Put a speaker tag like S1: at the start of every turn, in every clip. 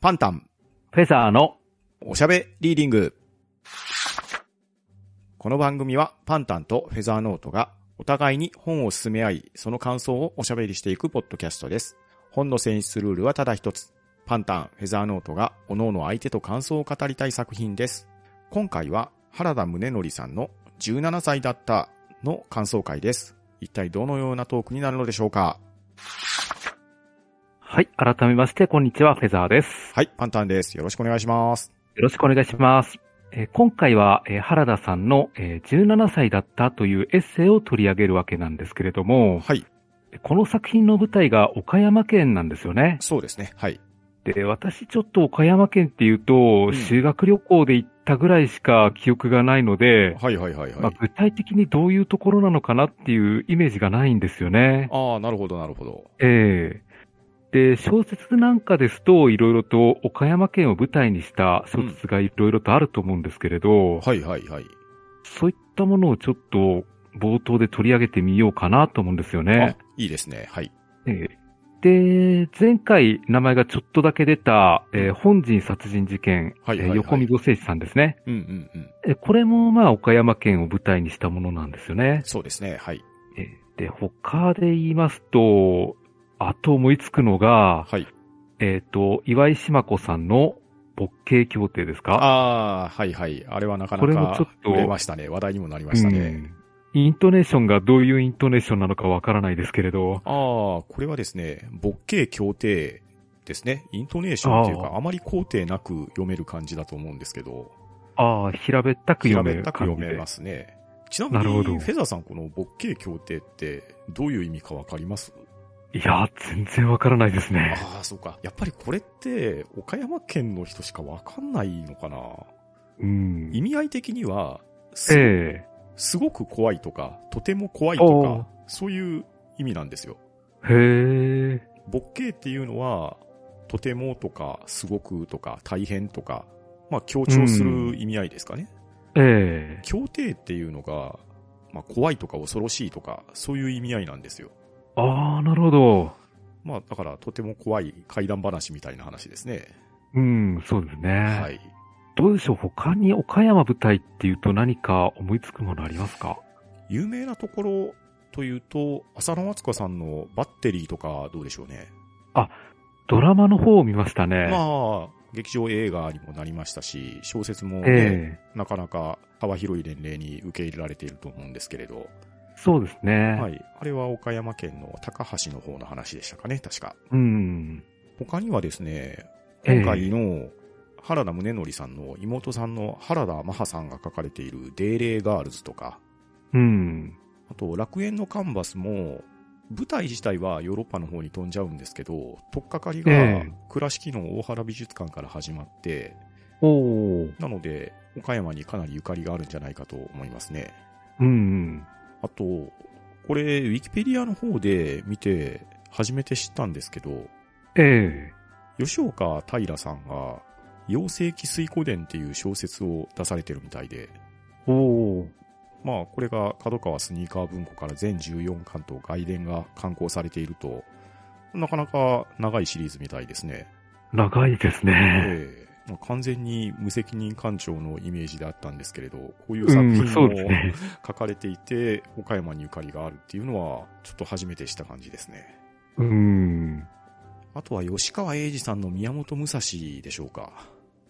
S1: パンタン、
S2: フェザーの、
S1: おしゃべリーディング。この番組はパンタンとフェザーノートがお互いに本を進め合い、その感想をおしゃべりしていくポッドキャストです。本の選出ルールはただ一つ。パンタン、フェザーノートが各々相手と感想を語りたい作品です。今回は原田宗則さんの17歳だったの感想会です。一体どのようなトークになるのでしょうか
S2: はい、改めまして、こんにちは、フェザーです。
S1: はい、パンタンです。よろしくお願いします。
S2: よろしくお願いします。えー今回は、えー原田さんの、えー17歳だったというエッセイを取り上げるわけなんですけれども、
S1: はい、
S2: この作品の舞台が岡山県なんですよね。
S1: そうですね。はい。
S2: で、私ちょっと岡山県っていうと、
S1: ん
S2: 修学旅行で行ったぐらいしか記憶がないので、
S1: はいはいはいはい。
S2: まあ、具体的にどういうところなのかなっていうイメージがないんですよね。
S1: ああ、なるほど、なるほど。
S2: ええで、小説なんかですと、いろいろと岡山県を舞台にした小説がいろいろとあると思うんですけれど、
S1: はいはいはい。
S2: そういったものをちょっと冒頭で取り上げてみようかなと思うんですよね。
S1: あいいですね。はい。
S2: ええで、前回名前がちょっとだけ出た、えー本陣殺人事件、
S1: はいはい
S2: えー
S1: はい
S2: 横溝正史さんですね。
S1: うんうんうん。
S2: えーこれもまあ岡山県を舞台にしたものなんですよね。
S1: そうですね。はい。
S2: えーで、他で言いますと、あと思いつくのが、
S1: はい。
S2: えっ、と、岩井島子さんの勃起協定ですか
S1: ああ、はいはい。あれはなか
S2: これ
S1: な
S2: もちょ
S1: か
S2: っと
S1: 売れましたね。話題にもなりましたね。
S2: うんイントネーションがどういうイントネーションなのかわからないですけれど、
S1: ああ、これはですね、勃起協定ですね。イントネーションっていうか、
S2: あ
S1: あまり肯定なく読める感じだと思うんですけど、
S2: ああ、平べったく
S1: 平
S2: 読
S1: べ
S2: め
S1: っ
S2: る
S1: たく
S2: 感
S1: 読
S2: じ
S1: め
S2: で
S1: ま。すね。ちなみ
S2: なるほ
S1: に、
S2: ど
S1: フェザーさん、この勃起協定ってどういう意味かわかります
S2: いや、全然わからないですね。
S1: ああ、そうか。やっぱりこれって、岡山県の人しかわかんないのかな
S2: うん。
S1: 意味合い的には、す
S2: え
S1: すごく怖いとか、とても怖い
S2: お
S1: と
S2: ー
S1: か、そういう意味なんですよ。
S2: えへえ。
S1: 勃起っていうのは、とてもとか、すごくとか、大変とか、まあ強調する意味合いですかね。
S2: ええ。
S1: 協定っていうのが、まあ怖いとか恐ろしいとか、そういう意味合いなんですよ。
S2: ああ、なるほど。
S1: まあだから、とても怖い怪談話みたいな話ですね。
S2: うん、そうですね。
S1: はい。
S2: どうでしょう他に岡山舞台っていうと何か思いつくものありますか
S1: 有名なところというと、浅野敦子さんのバッテリーとかどうでしょうね。
S2: ドラマの方を見ましたね。
S1: まあ、劇場映画にもなりましたし、小説もね、
S2: え
S1: なかなか幅広い年齢に受け入れられていると思うんですけれど、
S2: えそうですね。
S1: はい。あれは岡山県の高橋の方の話でしたかね、確か。
S2: うん。
S1: 他にはですね、
S2: ええ
S1: 今回の原田宗則さんの妹さんの原田真帆さんが書かれているデーレーガールズとか、
S2: うん。
S1: あと楽園のカンバスも、舞台自体はヨーロッパの方に飛んじゃうんですけど、取っかかりが
S2: ええ
S1: 倉敷の大原美術館から始まって、
S2: おお。
S1: なので、岡山にかなりゆかりがあるんじゃないかと思いますね。
S2: うんうん。
S1: あと、これ、ウィキペディアの方で見て、初めて知ったんですけど、
S2: え
S1: 吉岡平さんが、妖精気水湖伝っていう小説を出されてるみたいで、
S2: えおお。
S1: まあ、これが角川スニーカー文庫から全14巻と外伝が刊行されていると、なかなか長いシリーズみたいですね。
S2: 長いですね。
S1: ええまあ完全に無責任官庁のイメージであったんですけれど、こういう作品
S2: そうです
S1: も
S2: ね。
S1: 書かれていて、岡山にゆかりがあるっていうのは、ちょっと初めてした感じですね。
S2: うん。
S1: あとは吉川英治さんの宮本武蔵でしょうか。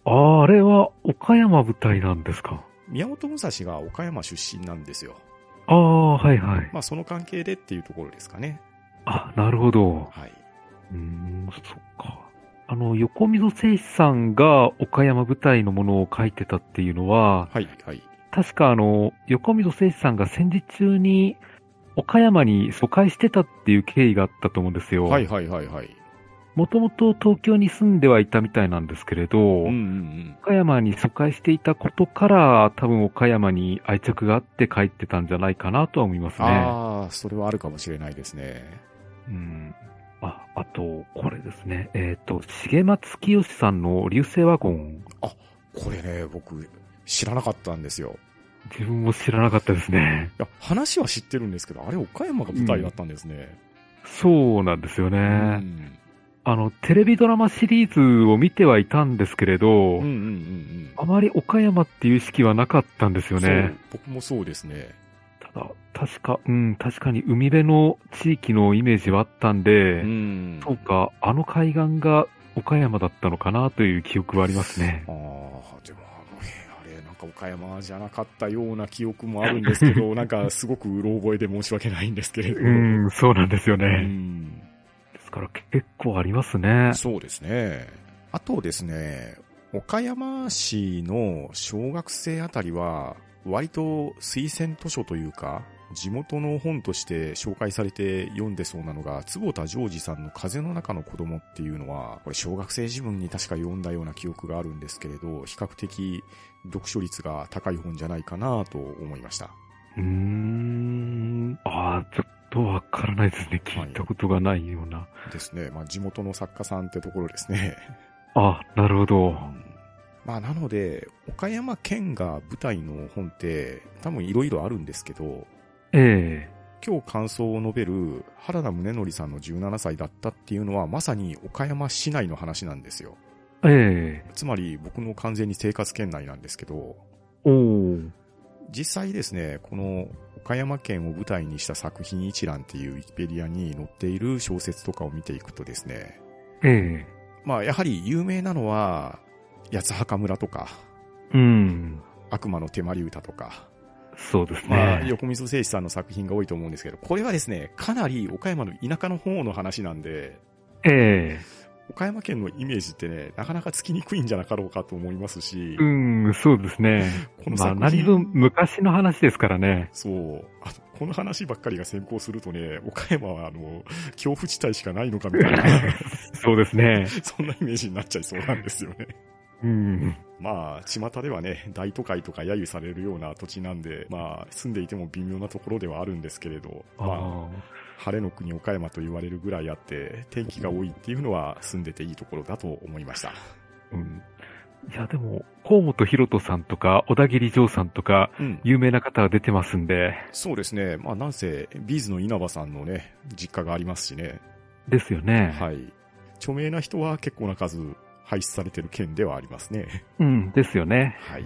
S2: あーあれは岡山舞台なんですか。
S1: 宮本武蔵が岡山出身なんですよ。
S2: ああ、はいはい。
S1: まあその関係でっていうところですかね。
S2: あ、なるほど。
S1: はい。
S2: うーん、そっか。あの、横溝正史さんが岡山舞台のものを書いてたっていうのは、
S1: はい、はい。
S2: 確かあの、横溝正史さんが戦時中に岡山に疎開してたっていう経緯があったと思うんですよ。
S1: はい、はい、はい、はい。
S2: もともと東京に住んではいたみたいなんですけれど、
S1: うん、うん、うん。
S2: 岡山に疎開していたことから、多分岡山に愛着があって帰ってたんじゃないかなとは思いますね。
S1: ああ、それはあるかもしれないですね。
S2: うん、ああと、これですね。えっ、と、重松清さんの流星ワゴン、
S1: これね、僕、知らなかったんですよ。
S2: 自分も知らなかったですね。
S1: いや、話は知ってるんですけど、あれ岡山が舞台だったんですね。
S2: そうなんですよね。
S1: うん
S2: あの、テレビドラマシリーズを見てはいたんですけれど、
S1: うんうんうん
S2: あまり岡山っていう意識はなかったんです
S1: うん。
S2: よね。
S1: そう。僕もそうですね。
S2: ただ、確か、うん、確かに海辺の地域のイメージはあったんで、
S1: うん。
S2: そうか、あの海岸が岡山だったのかなという記憶はありますね
S1: あ。あ、でもあの辺、あれ、なんか岡山じゃなかったような記憶もあるんですけ ど、なんかすごくうろ覚えで申し訳ないんですけれど。
S2: う。ん、そうなんですよ
S1: う
S2: ね。
S1: ん。
S2: ですから結構ありますね。
S1: そうですね。あとですね、岡山市の小学生あたりは、割と推薦図書というか、地元の本として紹介されて読んでそうなのが、坪田ジョージさんの風の中の子供っていうのは、これ小学生自分に確か読んだような記憶があるんですけれど、比較的読書率が高い本じゃないかなと思いました。
S2: うーん、ああ、ちょっとわからないですね。聞いたことがないような。
S1: ですね。まあ地元の作家さんってところですね。
S2: あ、なるほど。
S1: まあ、なので、岡山県が舞台の本って、多分いろいろあるんですけど、
S2: え
S1: 今日感想を述べる原田宗則さんの17歳だったっていうのは、まさに岡山市内の話なんですよ。
S2: ええ
S1: つまり僕の完全に生活圏内なんですけど、
S2: えおー
S1: 実際ですね、この岡山県を舞台にした作品一覧っていうウィキペディアに載っている小説とかを見ていくとですね、
S2: ええ
S1: まあやはり有名なのは、八墓村とか、
S2: うん、
S1: 悪魔の手まり歌とか、
S2: そうですね。
S1: まあ、横溝正史さんの作品が多いと思うんですけど、これはですね、かなり岡山の田舎の方の話なんで、
S2: え
S1: 岡山県のイメージってね、なかなかつきにくいんじゃなかろうかと思いますし
S2: え、うん、そうですね。
S1: この
S2: まあ、
S1: 作
S2: 何
S1: 品、
S2: 分昔の話ですか らね。
S1: そうあの、この話ばっかりが先行するとね、岡山はあの、恐怖地帯しかないのかみたいな、
S2: そうですね。
S1: そんなイメージになっちゃいそうなんですよね。
S2: うん。
S1: まあ、巷ではね、大都会とか揶揄されるような土地なんで、まあ、住んでいても微妙なところではあるんですけれど、
S2: あ
S1: まあ、
S2: あ
S1: 晴れの国岡山と言われるぐらいあって、天気が多いっていうのは住んでていいところだと思いました。
S2: うん。いや、でも、河本博人さんとか、小田切城さんとか、
S1: うん。
S2: 有名な方が出てますんで、
S1: そうですね。まあなんせ、ビーズの稲葉さんのね、実家がありますしね。
S2: ですよね。
S1: はい。著名な人は結構な数廃止されてる県ではありますね。
S2: うん、ですよね。
S1: はい。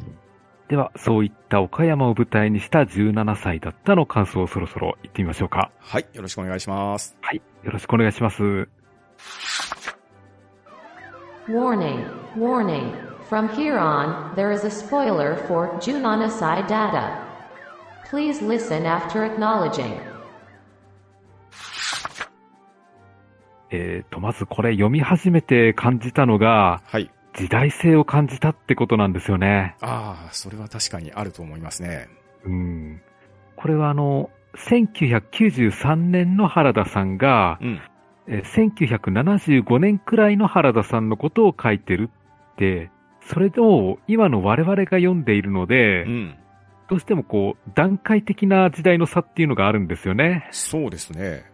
S2: では、そういった岡山を舞台にした17歳だったの感想をそろそろ言ってみましょうか。
S1: はい。よろしくお願いします。
S2: はい。よろしくお願いします。
S3: Warning, warning. From here on, there is a spoiler for Junanisai data. Please listen after acknowledging.
S2: えーと、まずこれ読み始めて感じたのが、
S1: はい。
S2: 時代性を感じたってことなんですよね。
S1: ああ、それは確かにあると思いますね。
S2: うん。これはあの、1993年の原田さんが、
S1: うん。
S2: えー1975年くらいの原田さんのことを書いてるって、それを今の我々が読んでいるので、
S1: うん。
S2: どうしてもこう、段階的な時代の差っていうのがあるんですよね。
S1: そうですね。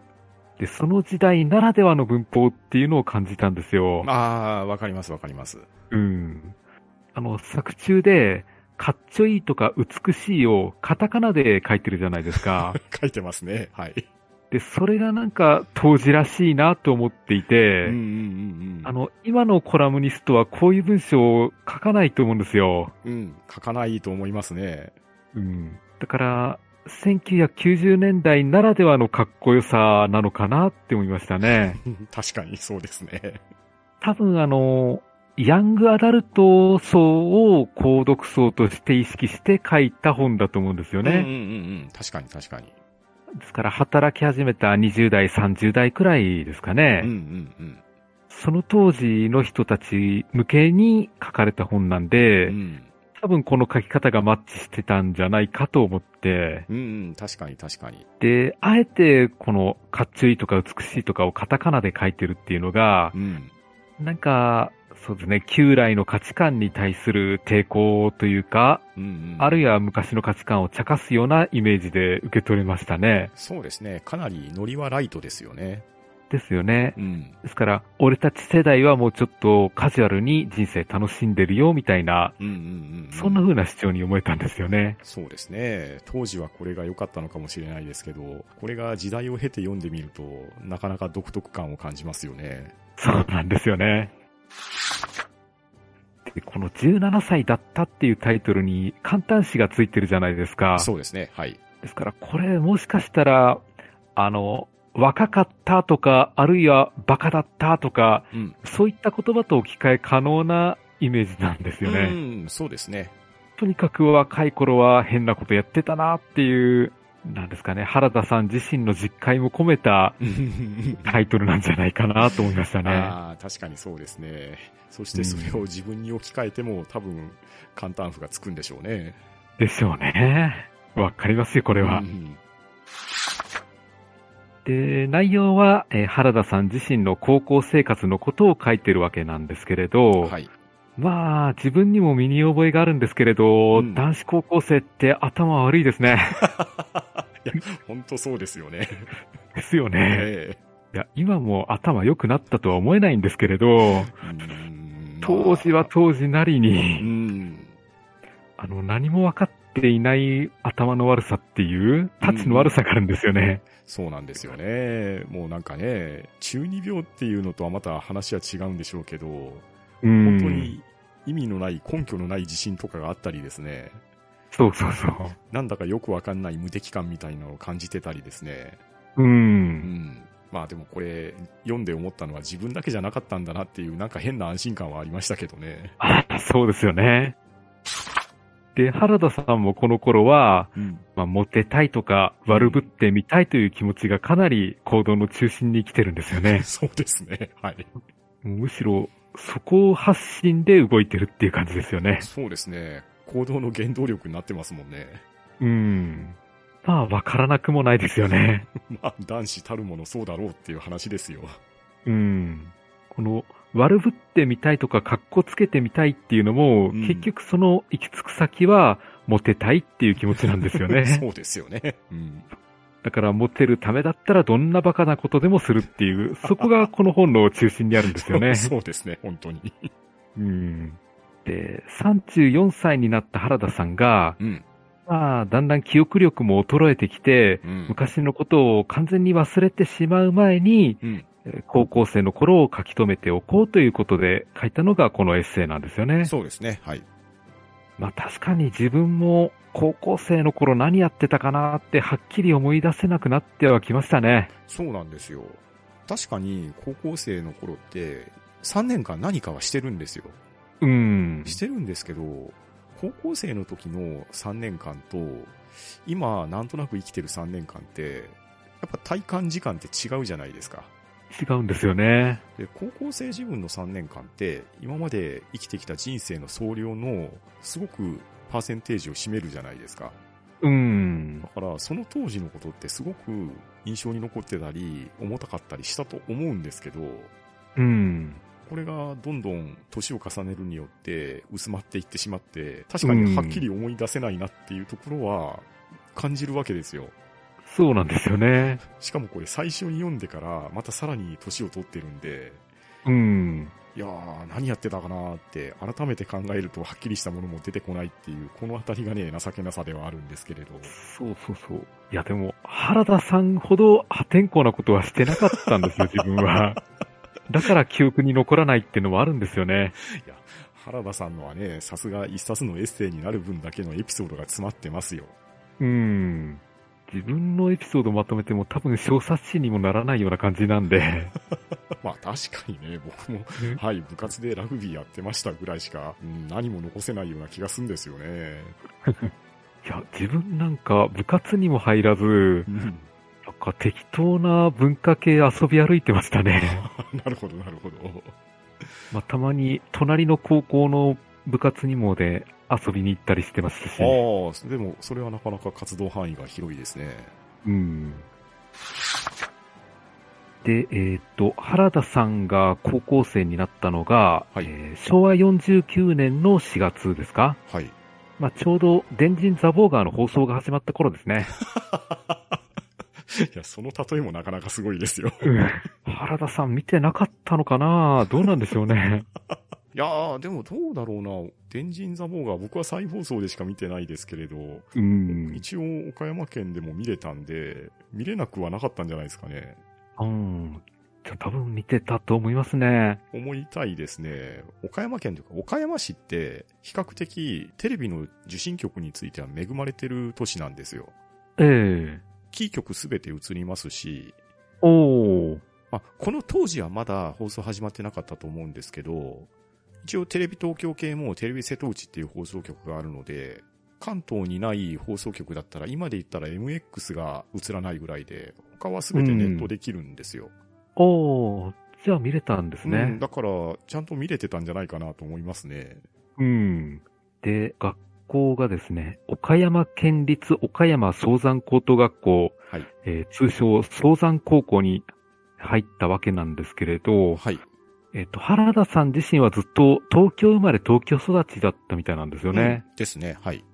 S2: で、その時代ならではの文法っていうのを感じたんですよ。
S1: ああ、わかりますわかります。
S2: うん。あの、作中で、かっちょいいとか美しいをカタカナで書いてるじゃないですか。
S1: 書いてますね。はい。
S2: で、それがなんか当時らしいなと思ってい
S1: うんうんう
S2: て、
S1: んうん。
S2: あの、今のコラムニストはこういう文章を書かないと思うんですよ。
S1: うん、書かないと思いますね。
S2: うん。だから、1990年代ならではのかっこよさなのかなって思いましたね。
S1: 確かにそうですね。
S2: 多分あの、ヤングアダルト層を購読層として意識して書いた本だと思うんですよ
S1: うんうん
S2: ね。
S1: うん。確かに確かに。
S2: ですから働き始めた20代、30代くらいですかね。
S1: うんうん
S2: その当時の人たち向けに書かれた本なん
S1: うん。う
S2: で、
S1: ん
S2: 多分この書き方がマッチしてたんじゃないかと思って、
S1: うんうん。確かに確かに。
S2: で、あえてこのかっちょいいとか美しいとかをカタカナで書いてるっていうのが、
S1: うん。
S2: なんか、そうですね、旧来の価値観に対する抵抗というか、
S1: うんうん。
S2: あるいは昔の価値観を茶化すようなイメージで受け取れましたね。
S1: そうですね。かなりノリはライトですよね。
S2: ですよね。
S1: うん。
S2: ですから、俺たち世代はもうちょっとカジュアルに人生楽しんでるよ、みたいな、
S1: うんうんうん。
S2: そんな風な主張に思えたんですよね。
S1: そうですね。当時はこれが良かったのかもしれないですけど、これが時代を経て読んでみると、なかなか独特感を感じますよね。
S2: そうなんですよね。で、この17歳だったっていうタイトルに簡単詞がついてるじゃないですか。
S1: そうですね。はい。
S2: ですから、これもしかしたら、あの、若かったとか、あるいはバカだったとか、
S1: うん。
S2: そういった言葉と置き換え可能なイメージなんですよね。
S1: うん、そうです ね。
S2: とにかく若い頃は変なことやってたなっていう、なんですかね、原田さん自身の実戒も込めたタイトルなんじゃないかなと思いましたね。
S1: ああ、確かにそうですね。そしてそれを自分に置き換えても、多分、簡単符がつくんでしょうね。
S2: でしょうね。わかりますよ、これ
S1: う
S2: は。
S1: ん
S2: で、内容は、えー原田さん自身の高校生活のことを書いてるわけなんですけれど、
S1: はい。
S2: まあ、自分にも身に覚えがあるんですけれど、
S1: うん
S2: 男子高校生って頭悪いですね。
S1: いや、本当そうですよね。
S2: ですよね。
S1: え
S2: いや、今も頭良くなったとは思えないんですけれど、
S1: えうん
S2: 当時は当時なり
S1: う
S2: に、
S1: ん。
S2: あの、何も分かっていない頭の悪さっていう、タッチの悪さがあるんですよね。
S1: そうなんですよね。もうなんかね、中二病っていうのとはまた話は違うんでしょうけど、
S2: うん。
S1: 本当。に意味のない根拠のない自信とかがあったりですね、
S2: そうそうそ
S1: なんだかよくわかんない無敵感みたいなのを感じてたりですね。
S2: う。
S1: う
S2: う。
S1: んん。まあでもこれ、読んで思ったのは自分だけじゃなかったんだなっていう、なんか変な安心感はありましたけどね。
S2: あ そうですよね。で、原田さんもこの頃は、
S1: うん。
S2: まあ、モテたいとか、悪ぶってみたいという気持ちがかなり行動の中心に来てるんですよね。
S1: そうですね。 はい。
S2: むしろ、そこを発信で動いてるっていう感じですよね。
S1: そうですね。行動の原動力になってますもんね。
S2: うん。まあ、わからなくもないですよね。
S1: まあ、男子たるものそうだろうっていう話ですよ。
S2: うん。この、悪ぶってみたいとか、格好つけてみたいっていうのも、
S1: うん
S2: 結局その行き着く先は、モテたいっていう気持ちなんですよ ね。
S1: そうですよね。うん。
S2: だから、モテるためだったら、どんなバカなことでもするっ ていう、そこがこの本の中心にあるんですよね。
S1: そうですね、本当に。
S2: うん。で、34歳になった原田さんが、
S1: うん。
S2: まあ、だんだん記憶力も衰えてきて、
S1: うん。
S2: 昔のことを完全に忘れてしまう前に、
S1: うん。
S2: えー高校生の頃を書き留めておこうということで書いたのがこのエッセイなんですよね。
S1: そうですね、はい。
S2: まあ確かに自分も高校生の頃何やってたかなってはっきり思い出せなくなってはきましたね。
S1: そうなんですよ。確かに、高校生の頃って、3年間何かはしてるんですよ。
S2: うん。
S1: してるんですけど、高校生の時の3年間と、今、なんとなく生きてる3年間って、やっぱ体感時間って違うじゃないですか。
S2: 違うんですよね。
S1: で、高校生自分の3年間って、今まで生きてきた人生の総量の、すごくパーセンテージを占めるじゃないですか。
S2: うん
S1: だ。から、その当時のことってすごく印象に残ってたり、重たかったりしたと思うんですけど、
S2: うん。
S1: これがどんどん年を重ねるによって薄まっていってしまって、確かにはっきり思い出せないなっていうところは感じるわけですよ。
S2: そうなんですよね。
S1: しかもこれ最初に読んでから、またさらに年を取ってるんで、
S2: うん。
S1: いやー、何やってたかなーって、改めて考えるとはっきりしたものも出てこないっていう、このあたりがね、情けなさではあるんですけれど。
S2: そうそうそう。いやでも、原田さんほど破天荒なことはしてなかったんですよ、自分は。だから記憶に残らないっていうのもあるんですよね。
S1: 原田さんのはね、さすが一冊のエッセイになる分だけのエピソードが詰まってますよ。
S2: うん。自分のエピソードをまとめても多分小冊子にもならないような感じなんで。
S1: まあ確かにね、僕も、はい、部活でラグビーやってましたぐらいしか、うん何も残せないような気がするんですよね。
S2: いや、自分なんか部活にも入らず、なんか適当な文化系遊び歩いてましたね。
S1: なるほど、なるほど。
S2: まあ、たまに隣の高校の部活にもで遊びに行ったりしてましたし。
S1: ああ、でもそれはなかなか活動範囲が広いですね。
S2: うんで、えーっと、原田さんが高校生になったのが、
S1: はい
S2: えー昭和49年の4月ですか、
S1: はい。
S2: まあ、ちょうど電人ザボーガーの放送が始まった頃ですね。
S1: いや、その例えもなかなかすごいですよ。
S2: 原田さん見てなかったのかなどうなんでしょうね。
S1: いやー、でもどうだろうな。天神ザボーガー、僕は再放送でしか見てないですけれど、
S2: うん。
S1: 一応岡山県でも見れたんで、見れなくはなかったんじゃないですかね。
S2: うん。多分見てたと思いますね。
S1: 思いたいですね。岡山県というか、岡山市って、比較的テレビの受信局については恵まれてる都市なんですよ。
S2: ええ
S1: キー局すべて映りますし、
S2: おー。
S1: まあ、この当時はまだ放送始まってなかったと思うんですけど、一応テレビ東京系もテレビ瀬戸内っていう放送局があるので、関東にない放送局だったら今で言ったら MX が映らないぐらいで、他は全てネットできるんですよ。
S2: おー。じゃあ見れたんです
S1: う
S2: ね
S1: ん。だから、ちゃんと見れてたんじゃないかなと思いますね。
S2: うん。で、学校がですね、岡山県立岡山総山高等学校、
S1: はい
S2: えー通称総山高校に入ったわけなんですけれど、
S1: はい。
S2: えっ、と、原田さん自身はずっと東京生まれ東京育ちだったみたいなんですよね。
S1: うんですね。はい。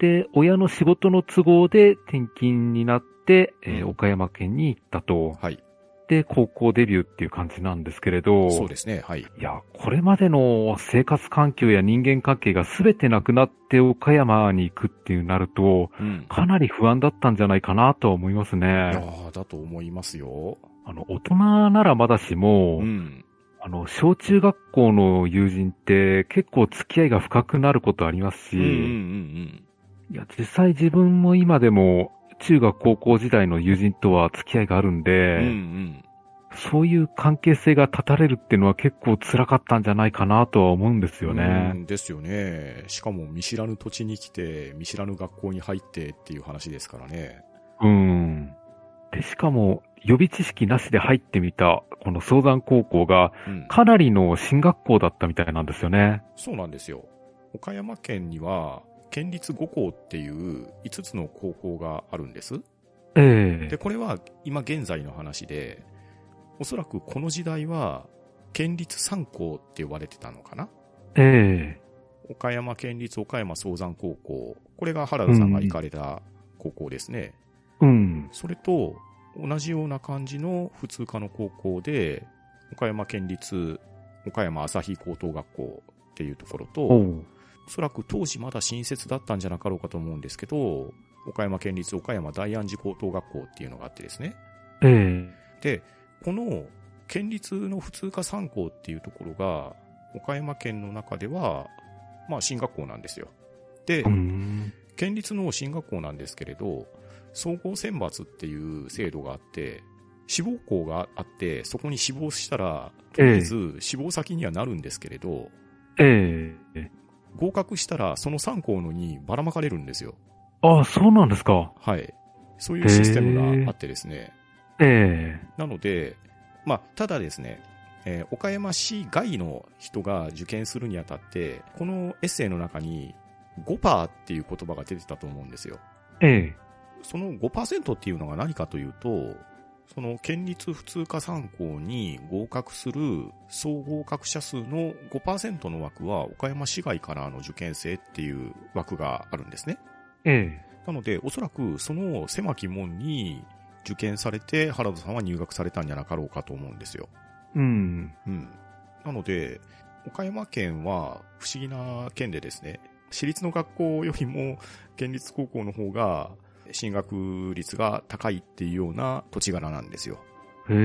S2: で、親の仕事の都合で転勤になって、えー
S1: うん
S2: 岡山県に行ったと。
S1: はい。
S2: で、高校デビューっていう感じなんですけれど。
S1: そうですね。はい。
S2: いや、これまでの生活環境や人間関係が全てなくなって岡山に行くっていうなると、
S1: うん。
S2: かなり不安だったんじゃないかなとは思います
S1: いや
S2: ね。
S1: ーだと思いますよ。
S2: あの、大人ならまだしも、
S1: うん。
S2: あの、小中学校の友人って結構付き合いが深くなることありますし、
S1: うんうんうん
S2: いや、実際自分も今でも中学高校時代の友人とは付き合いがあるん
S1: う
S2: で、
S1: ん。うんうん。
S2: そういう関係性が断たれるっていうのは結構辛かったんじゃないかなとは思うんですよね。
S1: うんですよね。しかも見知らぬ土地に来て、見知らぬ学校に入ってっていう話ですからね。
S2: うん。で、しかも、予備知識なしで入ってみた、この相談高校が、
S1: うん。
S2: かなりの進学校だったみたいなんですよね。
S1: そうなんですよ。岡山県には、県立5校っていう5つの高校があるんです。
S2: ええ
S1: で、これは今現在の話で、おそらくこの時代は、県立3校って呼ばれてたのかな
S2: ええ
S1: 岡山県立岡山総山高校。これが原田さんが行かれた高校ですね。
S2: うん。
S1: それと、同じような感じの普通科の高校で、岡山県立岡山朝日高等学校っていうところと、お
S2: おう。
S1: そらく当時まだ新設だったんじゃなかろうかと思うんですけど、岡山県立岡山大安寺高等学校っていうのがあってですね。
S2: ええ
S1: で、この県立の普通科3校っていうところが、岡山県の中では、まあ、進学校なんですよ。で、
S2: うん。
S1: 県立の進学校なんですけれど、総合選抜っていう制度があって、志望校があって、そこに志望したら、とりあえず志望先にはなるんですけれど、
S2: ええ
S1: 合格したらその3校のにばらまかれるんですよ。
S2: ああ、そうなんですか。
S1: はい。そういうシステムがあってですね。
S2: ええ
S1: なので、まあ、ただですね、えー岡山市外の人が受験するにあたって、このエッセイの中に5%っていう言葉が出てたと思うんですよ。
S2: え
S1: その5%っていうのが何かというと、その県立普通科参考に合格する総合格者数の5%の枠は岡山市外からの受験生っていう枠があるんですね。
S2: ええ
S1: なので、おそらくその狭き門に受験されて原田さんは入学されたんじゃなかろうかと思うんですよ。
S2: えうん。
S1: うん。なので、岡山県は不思議な県でですね、私立の学校よりも県立高校の方が進学率が高いっていうような土地柄なんですよ。
S2: ええ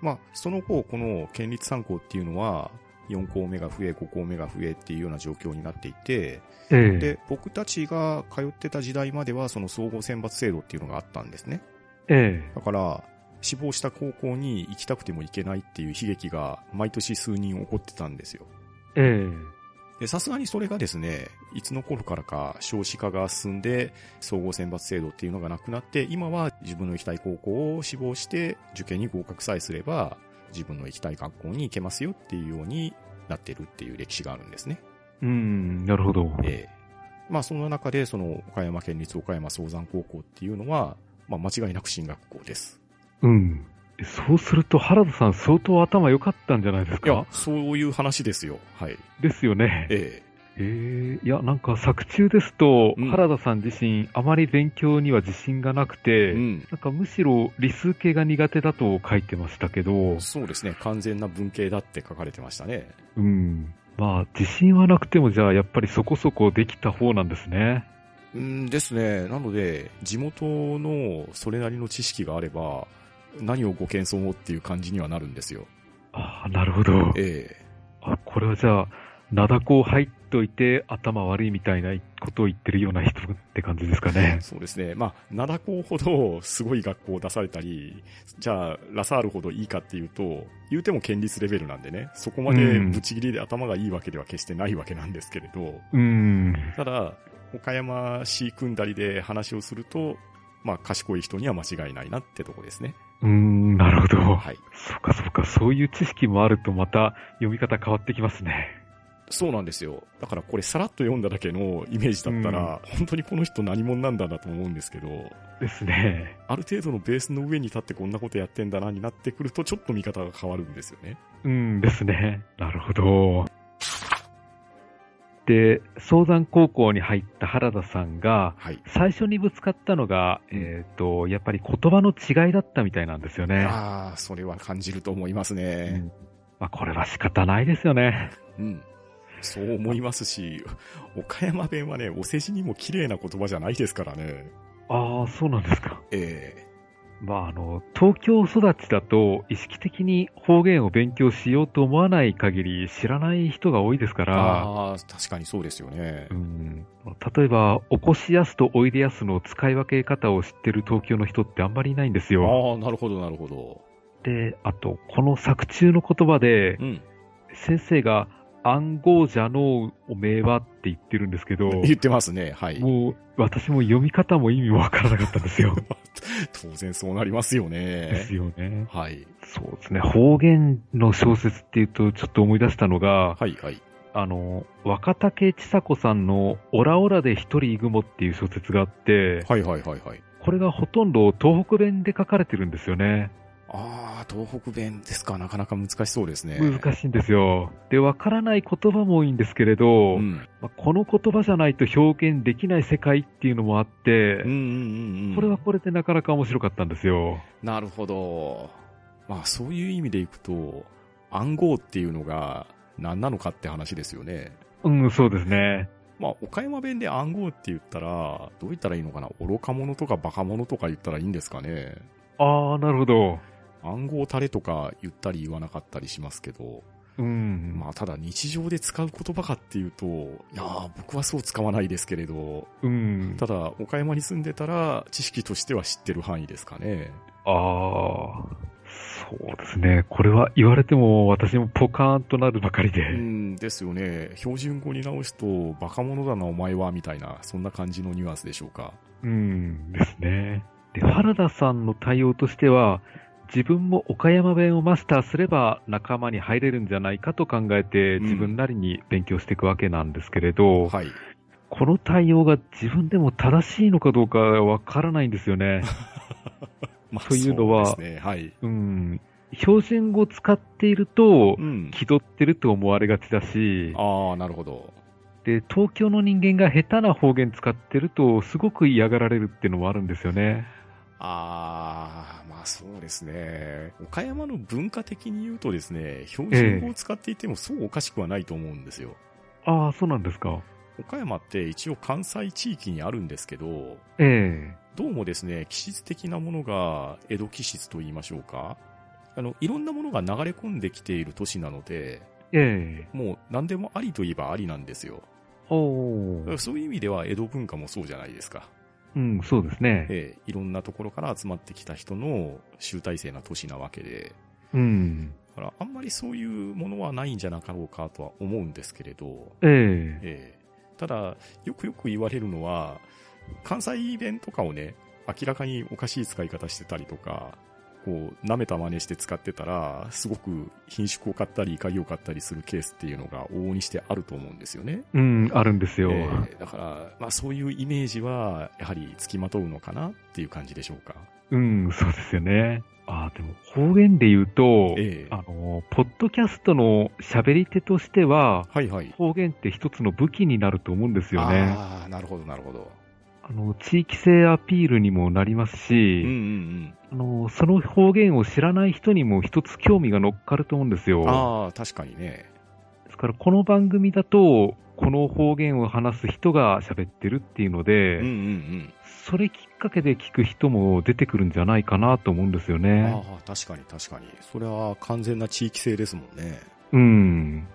S1: まあ、その後、この県立3校っていうのは、4校目が増え、5校目が増えっていうような状況になっていて、
S2: ええ
S1: で、僕たちが通ってた時代までは、その総合選抜制度っていうのがあったんですね。
S2: え
S1: だから、死亡した高校に行きたくても行けないっていう悲劇が毎年数人起こってたんですよ。
S2: ええ
S1: で、さすがにそれがですね、いつの頃からか少子化が進んで、総合選抜制度っていうのがなくなって、今は自分の行きたい高校を志望して、受験に合格さえすれば、自分の行きたい学校に行けますよっていうようになってるっていう歴史があるんですね。
S2: うん、なるほど。
S1: ええまあ、その中で、その、岡山県立岡山総山高校っていうのは、まあ、間違いなく進学校です。
S2: うん。そうすると原田さん相当頭良かったんじゃないです
S1: いや
S2: か、
S1: そういう話ですよ。はい。
S2: ですよね。
S1: え
S2: ええいや、なんか作中ですと、
S1: うん
S2: 原田さん自身、あまり勉強には自信がなくて、
S1: えうん。
S2: なんかむしろ理数系が苦手だと書いてましたけど、
S1: そうですね。完全な文系だって書かれてましたね。
S2: うん。まあ、自信はなくても、じゃあ、やっぱりそこそこできた方なんですね。
S1: うんですね。なので、地元のそれなりの知識があれば、何をご謙遜をっていう感じにはなるんですよ。
S2: ああ、なるほど。
S1: ええ
S2: あ、これはじゃあ、なだこ入っといて頭悪いみたいなことを言ってるような人って感じですかね。
S1: そうですね。まあ、灘校ほどすごい学校を出されたり、じゃあ、ラサールほどいいかっていうと、言うても県立レベルなんでね、そこまでブチ切りで頭がいいわけでは決してないわけなんですけれど、
S2: うーん。
S1: ただ、岡山市組んだりで話をすると、まあ、賢い人には間違いないなってとこですね。
S2: うーん、なるほど。
S1: はい。
S2: そうかそうか、そういう知識もあるとまた読み方変わってきますね。
S1: そうなんですよ。だからこれさらっと読んだだけのイメージだったら、本当にこの人何者なんだなと思うんですけど、
S2: ですね。
S1: ある程度のベースの上に立ってこんなことやってんだなになってくると、ちょっと見方が変わるんですよね。
S2: うんですね。なるほど。で、早山高校に入った原田さんが、
S1: はい。
S2: 最初にぶつかったのが、えっ、と、やっぱり言葉の違いだったみたいなんですよね。
S1: ああ、それは感じると思います
S2: う
S1: ね。
S2: んまあ、これは仕方ないですよね。
S1: うん。そう思いますし、岡山弁はね、お世辞にも綺麗な言葉じゃないですからね。
S2: ああ、そうなんですか。
S1: ええ
S2: まあ、あの、東京育ちだと、意識的に方言を勉強しようと思わない限り、知らない人が多いですから、
S1: ああー、確かにそうですよね
S2: う。ん、例えば、起こしやすとおいでやすの使い分け方を知ってる東京の人ってあんまりいないんですよ。
S1: ああ、なるほど、なるほど。
S2: で、あと、この作中の言葉で
S1: う、ん。
S2: 先生が、暗号じゃのうおめえはって言ってるんですけど、
S1: 言ってますね、 はい。
S2: もう、私も読み方も意味もわからなかったんですよ。
S1: 当然そうなりますよ
S2: で
S1: ね
S2: す。よね。
S1: はい。
S2: そうですね。方言の小説っていうと、ちょっと思い出したのが、
S1: はい、はい。
S2: あの、若竹千佐子さんの、オラオラで一人イグモっていう小説があって、
S1: はい、はい、はい、はい。
S2: これがほとんど東北弁で書かれてるんですよね。
S1: ああ、東北弁ですか、なかなか難しそうですね。
S2: 難しいんですよ。で、わからない言葉も多いんですけれど、
S1: うん。
S2: まあこの言葉じゃないと表現できない世界っていうのもあって、
S1: うん、うん、うんうん。
S2: これはこれでなかなか面白かったんですよ。
S1: なるほど。まあ、そういう意味でいくと、暗号っていうのが何なのかって話ですよね。
S2: うん、そうですね。
S1: まあ、岡山弁で暗号って言ったら、どう言ったらいいのかな愚か者とかバカ者とか言ったらいいんですかね。
S2: ああ、なるほど。
S1: 暗号タレとか言ったり言わなかったりしますけど、
S2: うん。
S1: まあただ日常で使う言葉かっていうと、いやー僕はそう使わないですけれど、
S2: うん。
S1: ただ岡山に住んでたら知識としては知ってる範囲ですかね。
S2: ああ、そうですね。これは言われても私もポカーンとなるばかりで。
S1: うん、ですよね。標準語に直すと、バカ者だなお前は、みたいな、そんな感じのニュアンスでしょうか。
S2: うんですね。で、原田さんの対応としては、自分も岡山弁をマスターすれば仲間に入れるんじゃないかと考えて
S1: うん
S2: 自分なりに勉強していくわけなんですけれど、
S1: はい。
S2: この対応が自分でも正しいのかどうかわからないんですよ ね。
S1: まあ
S2: というのは
S1: そうですね。はい。
S2: うん。標準語を使っていると
S1: う、ん。
S2: 気取ってると思われがちだし、
S1: ああ、なるほど。
S2: で、東京の人間が下手な方言使ってると、すごく嫌がられるっていうのもあるんですよね。
S1: ああ、まあそうですね。岡山の文化的に言うとですね、標準語を使っていてもそうおかしくはないと思うんですよ。
S2: ああ、そうなんですか。
S1: 岡山って一応関西地域にあるんですけど、
S2: ええ
S1: どうもですね、気質的なものが江戸気質と言いましょうか。あの、いろんなものが流れ込んできている都市なので、
S2: ええ
S1: もう何でもありといえばありなんですよ。
S2: お
S1: だからそういう意味では江戸文化もそうじゃないですか。
S2: うん、そうですね。
S1: ええいろんなところから集まってきた人の集大成な都市なわけで、
S2: うん。
S1: だからあんまりそういうものはないんじゃなかろうかとは思うんですけれど、
S2: ええ
S1: ええただ、よくよく言われるのは、関西弁とかをね、明らかにおかしい使い方してたりとか、こう、舐めた真似して使ってたら、すごく品種を買ったり、怒りを買ったりするケースっていうのが往々にしてあると思うんですよね。
S2: うん、あるんですよ。
S1: ええだから、まあそういうイメージは、やはり付きまとうのかなっていう感じでしょうか。
S2: うん、そうですよね。ああ、でも方言で言うと、
S1: ええ
S2: あの、ポッドキャストの喋り手としては、
S1: はいはい。
S2: 方言って一つの武器になると思うんですよね。
S1: ああ、なるほどなるほど。
S2: あの、地域性アピールにもなりますし、
S1: うんうんうん。
S2: あの、その方言を知らない人にも一つ興味が乗っかると思うんですよ。
S1: ああ、確かにね。
S2: ですから、この番組だと、ここの方言を話す人が喋ってるっていうので、
S1: うんうん
S2: それきっかけで聞く人も出てくるんじゃないかなと思うんですよ
S1: うん。
S2: ね。
S1: ああ、確かに確かに。それは完全な地域性ですもんね。
S2: うん。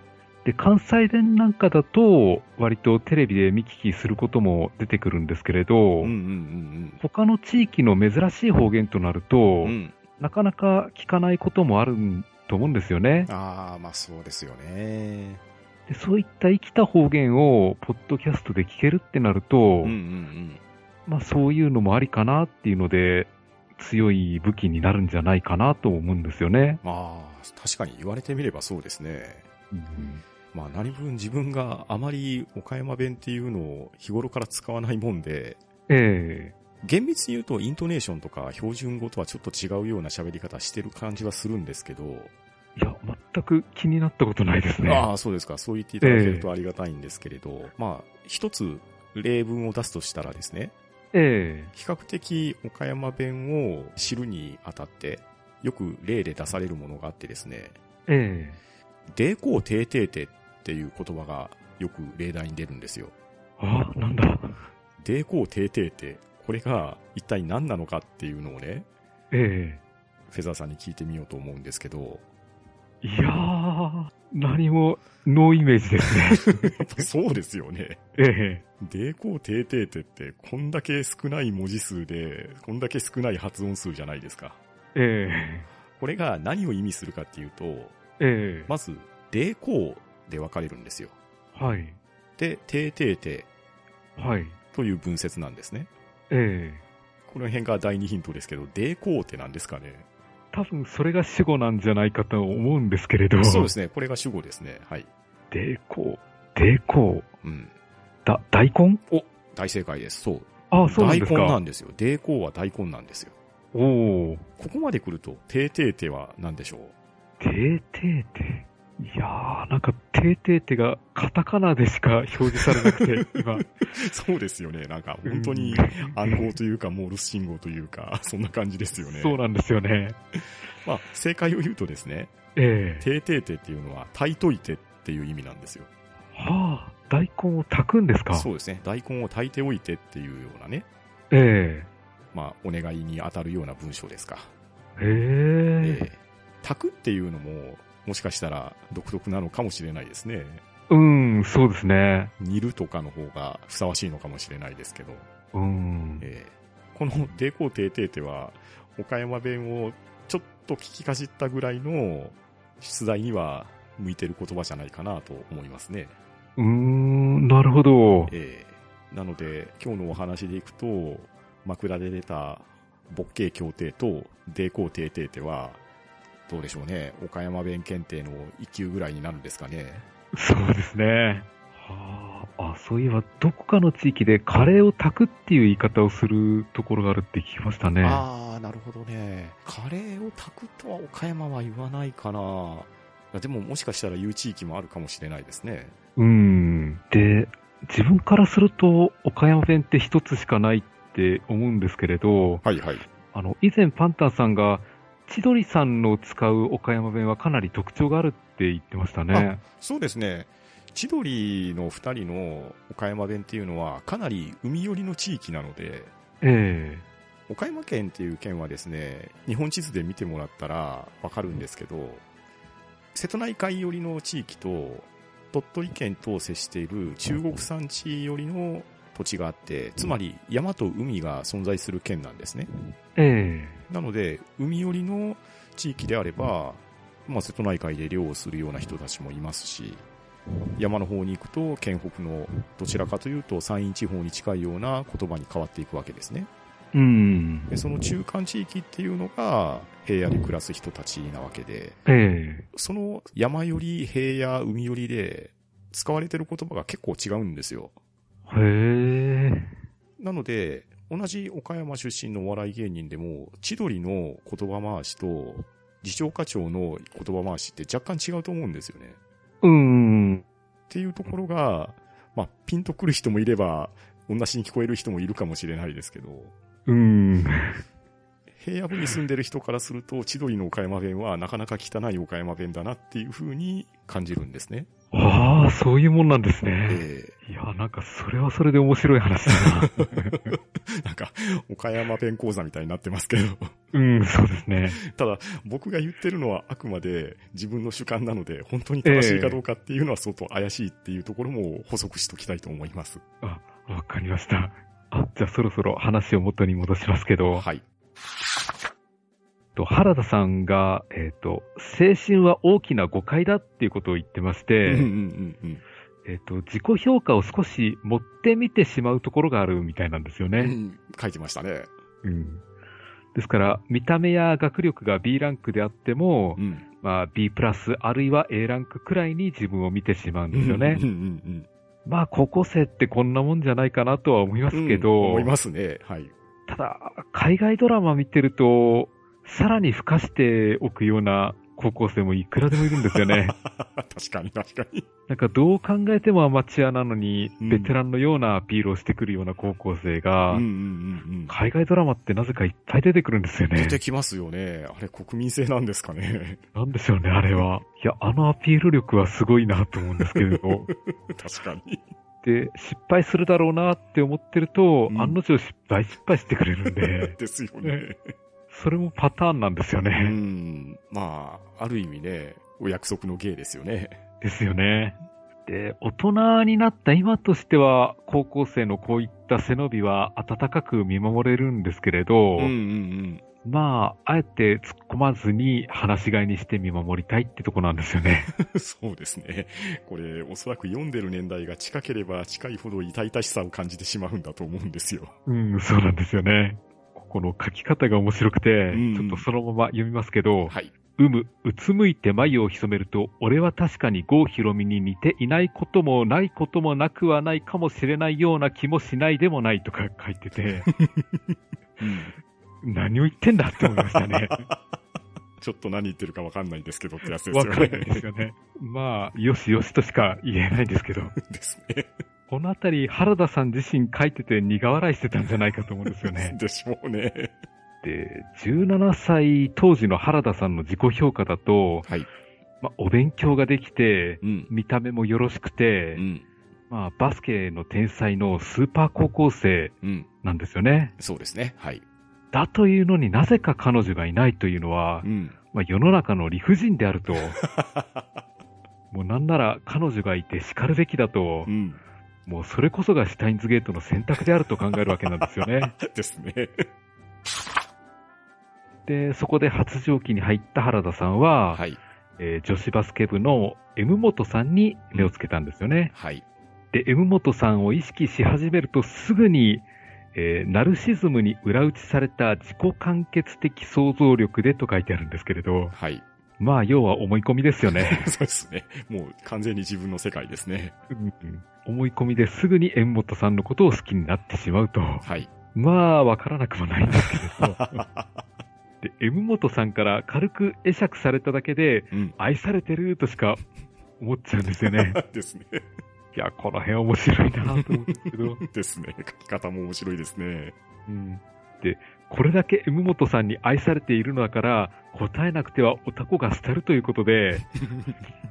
S2: で、関西弁なんかだと、割とテレビで見聞きすることも出てくるんですけれど、
S1: うんうん
S2: 他の地域の珍しい方言となると、
S1: うんうん。うん。
S2: なかなか聞かないこともあると思うんですよね。
S1: ああ、まあそうですよね。
S2: でそういった生きた方言を、ポッドキャストで聞けるってなると、
S1: うんうんうん。
S2: まあそういうのもありかなっていうので、強い武器になるんじゃないかなと思うんですよね。
S1: まあ、確かに言われてみればそうですね。まあ何分自分があまり岡山弁っていうのを日頃から使わないもんで、
S2: ええ
S1: 厳密に言うとイントネーションとか標準語とはちょっと違うような喋り方してる感じはするんですけど、
S2: いや、全く気になったことないですね。
S1: ああ、そうですか。そう言っていただけるとありがたいんですけれど、まあ、一つ例文を出すとしたらですね、
S2: え
S1: 比較的岡山弁を知るにあたって、よく例で出されるものがあってですね、
S2: ええ
S1: でこうてーてーてーっていう言葉がよく例題に出るんですよ。
S2: えあ、なんだ。
S1: でこうてーてーてー、これが一体何なのかっていうのをね、
S2: え
S1: フェザーさんに聞いてみようと思うんですけど、
S2: えいやー、何も、ノーイメージですね。
S1: やっぱそうですよね。
S2: ええ
S1: でこうてーてーてーって、こんだけ少ない文字数で、こんだけ少ない発音数じゃないですか。
S2: え
S1: これが何を意味するかっていうと、
S2: えええ
S1: まず、でこうで分かれるんですよ。
S2: はい、
S1: で、てーてーて
S2: はい、
S1: ーという文節なんですね。
S2: ええ
S1: この辺が第二ヒントですけど、でこうって何ですかね
S2: 多分それが主語なんじゃないかと思うんですけれど。
S1: そうですね。これが主語ですね。はい。
S2: でこう、でこう、
S1: うん。
S2: だ、大根
S1: お大正解です。そう。
S2: ああ、そうなん
S1: 大
S2: です
S1: 根
S2: か。
S1: なんですよ。でこうは大根なんですよ。
S2: おお。
S1: ここまで来ると、てーてーてーは何でしょう
S2: てーてーて。いやー、なんか、てーてーてがカタカナでしか表示されなく て、今。
S1: そうですよね。なんか、本当に暗号というか、モールス信号というか、 そんな感じですよね。
S2: そうなんですよね。
S1: まあ、正解を言うとですね、
S2: ええ
S1: てーてーてーっていうのは、たいといてっていう意味なんですよ。
S2: はあ、大根を炊くんですか
S1: そうですね。大根を炊いておいてっていうようなね、
S2: え
S1: まあ、お願いに当たるような文章ですか。
S2: えへえ
S1: ええ炊くっていうのも、もしかしたら独特なのかもしれないですね。
S2: うん、そうですね。
S1: 煮るとかの方がふさわしいのかもしれないですけど。
S2: うん。
S1: ええこのデコテーテーテは、岡山弁をちょっと聞きかじったぐらいの出題には向いてる言葉じゃないかなと思いますね。
S2: うーん、なるほど。
S1: ええなので、今日のお話でいくと、枕で出た勃起協定とデコテーテーテは、どうでしょうね。岡山弁検定の1級ぐらいになるんですかね。
S2: そうですね。はあ、あ、そういえば、どこかの地域でカレーを炊くっていう言い方をするところがあるって聞きましたね。
S1: ああ、なるほどね。カレーを炊くとは岡山は言わないかな。いやでももしかしたら言う地域もあるかもしれないですね。
S2: うん。で、自分からすると、岡山弁って一つしかないって思うんですけれど、
S1: はいはい。
S2: あの、以前パンタンさんが、千鳥さんの使う岡山弁はかなり特徴があるって言ってましたね。
S1: そうですね。千鳥の二人の岡山弁っていうのはかなり海寄りの地域なので、
S2: え
S1: 岡山県っていう県はですね、日本地図で見てもらったらわかるんですけど、瀬戸内海寄りの地域と、鳥取県と接している中国山地寄りの土地があって、つまり山と海が存在する県なんですね。
S2: ええ
S1: なので、海寄りの地域であれば、まあ、瀬戸内海で漁をするような人たちもいますし、山の方に行くと、県北のどちらかというと、山陰地方に近いような言葉に変わっていくわけですね。
S2: えうん。
S1: でその中間地域っていうのが、平野に暮らす人たちなわけで、
S2: え
S1: その山より平野、海よりで、使われてる言葉が結構違うんですよ。
S2: えへえ。
S1: なので、同じ岡山出身のお笑い芸人でも、千鳥の言葉回しと、次長課長の言葉回しって若干違うと思うんですよね。
S2: うん。
S1: っていうところが、まあ、ピンとくる人もいれば、同じに聞こえる人もいるかもしれないですけど、
S2: うん。
S1: 平野部に住んでる人からすると、千鳥の岡山弁はなかなか汚い岡山弁だなっていう風に感じるんですね。
S2: ああ、そういうもんなんですね。
S1: ええ
S2: いや、なんかそれはそれで面白い話だ な。
S1: なんか、岡山弁講座みたいになってますけど。
S2: うん、そうですね。
S1: ただ、僕が言ってるのはあくまで自分の主観なので、本当に正しいかどうかっていうのは相当怪しいっていうところも補足しときたいと思います。
S2: あ、わかりました。あ、じゃあそろそろ話を元に戻しますけど、
S1: はい。
S2: と原田さんが、えっ、と、精神は大きな誤解だっていうことを言ってまし
S1: うんうん
S2: て、
S1: うん
S2: えっ、と、自己評価を少し持ってみてしまうところがあるみたいなんですよ
S1: う
S2: ね。
S1: ん。書いてましたね。
S2: うん。ですから、見た目や学力が B ランクであっても、
S1: うん。
S2: まあ、B プラスあるいは A ランクくらいに自分を見てしまうんですよね
S1: うん。うん
S2: まあ、高校生ってこんなもんじゃないかなとは思いま
S1: うん。
S2: すけ
S1: うん
S2: ど、
S1: 思いますね。はい。。
S2: ただ、海外ドラマ見てると、さらに付加しておくような高校生もいくらでもいるんですよね
S1: 確かに確かに。
S2: なんかどう考えてもアマチュアなのに
S1: うん、
S2: ベテランのようなアピールをしてくるような高校生
S1: うん
S2: が、
S1: うんうんうん。
S2: 海外ドラマってなぜかいっぱい出てくるんですよ
S1: 出
S2: ね。
S1: てきますよね。あれ国民性なんですかね。
S2: なんでしょうね、あれは。いや、あのアピール力はすごいなと思うんですけれ ど。
S1: 確かに。
S2: で、失敗するだろうなって思ってると、
S1: うん
S2: 案の定失敗、失敗してくれるんで、
S1: ですよね。
S2: それもパターンなんですよ
S1: う
S2: ね。
S1: ん。まあ、ある意味ね、お約束の芸ですよね。
S2: ですよね。で、大人になった今としては、高校生のこういった背伸びは温かく見守れるんですけれど、
S1: うんうんうん。
S2: まあ、あえて突っ込まずに話し飼いにして見守りたいってとこなんですよね。
S1: そうですね。これ、おそらく読んでる年代が近ければ近いほど痛々しさを感じてしまうんだと思うんですよ。
S2: うん、そうなんですよね。ここの書き方が面白くて、
S1: うん
S2: ちょっとそのまま読みますけど、
S1: はい。
S2: うむ、うつむいて眉を潜めると、俺は確かに郷ひろみに似ていないこともないこともなくはないかもしれないような気もしないでもないとか書いて て、何を言ってんだって思いましたね。
S1: ちょっと何言ってるかわかんないんですけどってやつです
S2: わ
S1: よ
S2: かるんないです
S1: ね。
S2: よね。まあ、よしよしとしか言えないですけど、
S1: ですね。
S2: このあたり原田さん自身書いてて苦笑いしてたんじゃないかと思うんですよね。
S1: でしょうね。
S2: で、17歳当時の原田さんの自己評価だと、
S1: はい。
S2: まあ、お勉強ができて、
S1: うん。
S2: 見た目もよろしくて、
S1: うん。
S2: まあ、バスケの天才のスーパー高校生
S1: うん。
S2: なんですよね。
S1: そうですね。はい。
S2: だというのになぜか彼女がいないというのは
S1: う、ん。
S2: まあ、世の中の理不尽であると、 もうなんなら彼女がいて叱るべきだと
S1: う、ん。
S2: もうそれこそがシュタインズゲートの選択であると考えるわけなんですよね。
S1: ですね。
S2: で、そこで発情期に入った原田さんは、
S1: はい。
S2: えー女子バスケ部の M 元さんに目をつけたんですよね。
S1: はい。
S2: で、M 元さんを意識し始めるとすぐに、えーナルシズムに裏打ちされた自己完結的想像力でと書いてあるんですけれど、
S1: はい。
S2: まあ、要は思い込みですよね。
S1: そうですね。もう完全に自分の世界ですね。
S2: うん思い込みですぐに M 元さんのことを好きになってしまう と、
S1: はい。
S2: まあ、わからなくもないんですけれど、で、M 元さんから軽く会釈されただけで、
S1: うん。
S2: 愛されてるとしか思っちゃうんですよ ね。
S1: ですね。
S2: いや、この辺面白いなと思うんですけど、
S1: ですね。書き方も面白いです ね。
S2: うん。で、これだけ M 元さんに愛されているのだから、答えなくてはおたこが捨てるということで、